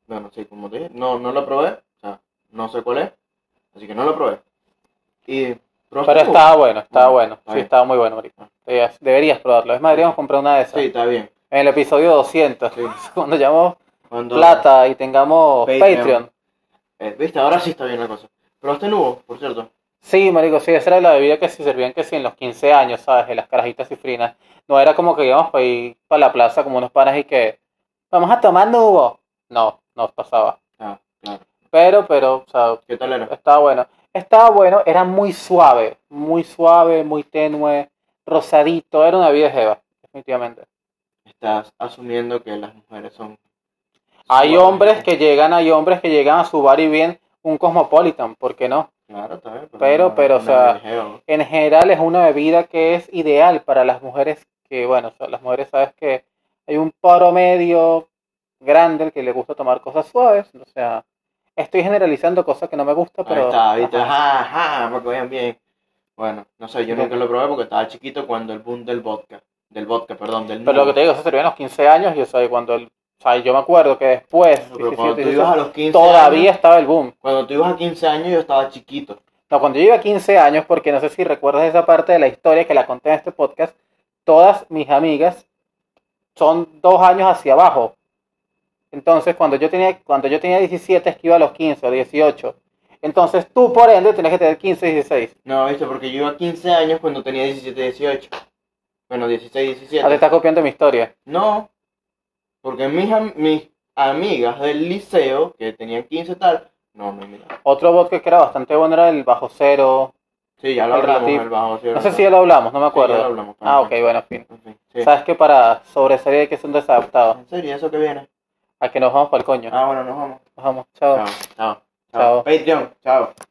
[SPEAKER 2] Bueno, sí, como te dije. No, no lo probé. O sea, no sé cuál es. Así que no lo probé. Y uh,
[SPEAKER 1] Pero estaba bueno, estaba bueno.
[SPEAKER 2] está
[SPEAKER 1] Sí,
[SPEAKER 2] bien.
[SPEAKER 1] estaba muy bueno, marico. Deberías, deberías probarlo. Es más, deberíamos comprar una de esas.
[SPEAKER 2] Sí, está bien.
[SPEAKER 1] En el episodio 200,
[SPEAKER 2] Sí.
[SPEAKER 1] (laughs) cuando llamamos
[SPEAKER 2] Cuando-
[SPEAKER 1] plata y tengamos
[SPEAKER 2] Patreon.
[SPEAKER 1] Patreon.
[SPEAKER 2] Eh, ¿Viste? Ahora sí está bien la cosa. ¿Probaste nuevo, por cierto?
[SPEAKER 1] Sí, marico, sí, esa era la bebida que se servían que sí en los 15 años, ¿sabes? En las carajitas cifrinas. No era como que íbamos para ir para la plaza como unos panas y que... ¡Vamos a tomar nubo! No, no pasaba.
[SPEAKER 2] Ah, claro.
[SPEAKER 1] Pero, pero, o sea,
[SPEAKER 2] ¿Qué tal era?
[SPEAKER 1] estaba bueno. Estaba bueno, era muy suave, muy suave, muy tenue, rosadito, era una vida jeva, definitivamente.
[SPEAKER 2] Estás asumiendo que las mujeres son.
[SPEAKER 1] Hay
[SPEAKER 2] Bueno,
[SPEAKER 1] hombres que llegan, hay hombres que llegan a su bar y bien un Cosmopolitan, ¿por qué no?
[SPEAKER 2] Claro, está bien,
[SPEAKER 1] Pero-
[SPEAKER 2] no-
[SPEAKER 1] pero, o
[SPEAKER 2] no
[SPEAKER 1] sea,
[SPEAKER 2] es geo.
[SPEAKER 1] En general es una bebida que es ideal para las mujeres que, bueno, o sea, las mujeres sabes que hay un paro medio grande al que le gusta tomar cosas suaves, o sea, estoy generalizando cosas que no me gusta,
[SPEAKER 2] Ahí
[SPEAKER 1] pero
[SPEAKER 2] está, ahí está,
[SPEAKER 1] ajá.
[SPEAKER 2] ajá, ajá, porque vean bien. Bueno, no sé, yo
[SPEAKER 1] Bien.
[SPEAKER 2] nunca lo probé porque estaba chiquito cuando el boom del vodka. Del vodka, perdón, del
[SPEAKER 1] Pero lo que te digo, eso sirvió en los 15 años y o sea, cuando el- o sea, yo me acuerdo que después,
[SPEAKER 2] Pero
[SPEAKER 1] 17,
[SPEAKER 2] cuando tú
[SPEAKER 1] 18,
[SPEAKER 2] ibas a los 15
[SPEAKER 1] todavía
[SPEAKER 2] años-
[SPEAKER 1] estaba el boom.
[SPEAKER 2] cuando tú ibas a 15 años yo estaba chiquito.
[SPEAKER 1] No, cuando yo iba a 15 años, porque no sé si recuerdas esa parte de la historia que la conté en este podcast, todas mis amigas son dos años hacia abajo. Entonces, cuando yo tenía, cuando yo tenía 17, es que iba a los 15 o 18. Entonces, tú, por ende, tenías que tener 15, 16.
[SPEAKER 2] No, viste, porque yo iba a 15 años cuando tenía 17, 18. Bueno, 16,
[SPEAKER 1] Ah, te
[SPEAKER 2] 17.
[SPEAKER 1] estás copiando mi historia.
[SPEAKER 2] No, porque mis, am- mis amigas del liceo, que tenían 15 tal, no, no, mira.
[SPEAKER 1] Otro vodka que era bastante bueno era el bajo cero.
[SPEAKER 2] Sí, ya lo
[SPEAKER 1] El
[SPEAKER 2] hablamos,
[SPEAKER 1] relativo.
[SPEAKER 2] el bajo. Sí,
[SPEAKER 1] No sé si ya lo hablamos,
[SPEAKER 2] Sí, ya
[SPEAKER 1] no me
[SPEAKER 2] lo
[SPEAKER 1] acuerdo.
[SPEAKER 2] hablamos.
[SPEAKER 1] Ah,
[SPEAKER 2] pero-
[SPEAKER 1] ok, bueno, en fin.
[SPEAKER 2] En fin, sí.
[SPEAKER 1] Sabes que para sobresalir hay que ser un desadaptado.
[SPEAKER 2] ¿En serio? ¿Eso que viene?
[SPEAKER 1] A que nos vamos para el coño.
[SPEAKER 2] Ah, bueno, nos vamos.
[SPEAKER 1] Nos vamos, chao.
[SPEAKER 2] Chao, chao.
[SPEAKER 1] Chao.
[SPEAKER 2] Patreon, chao.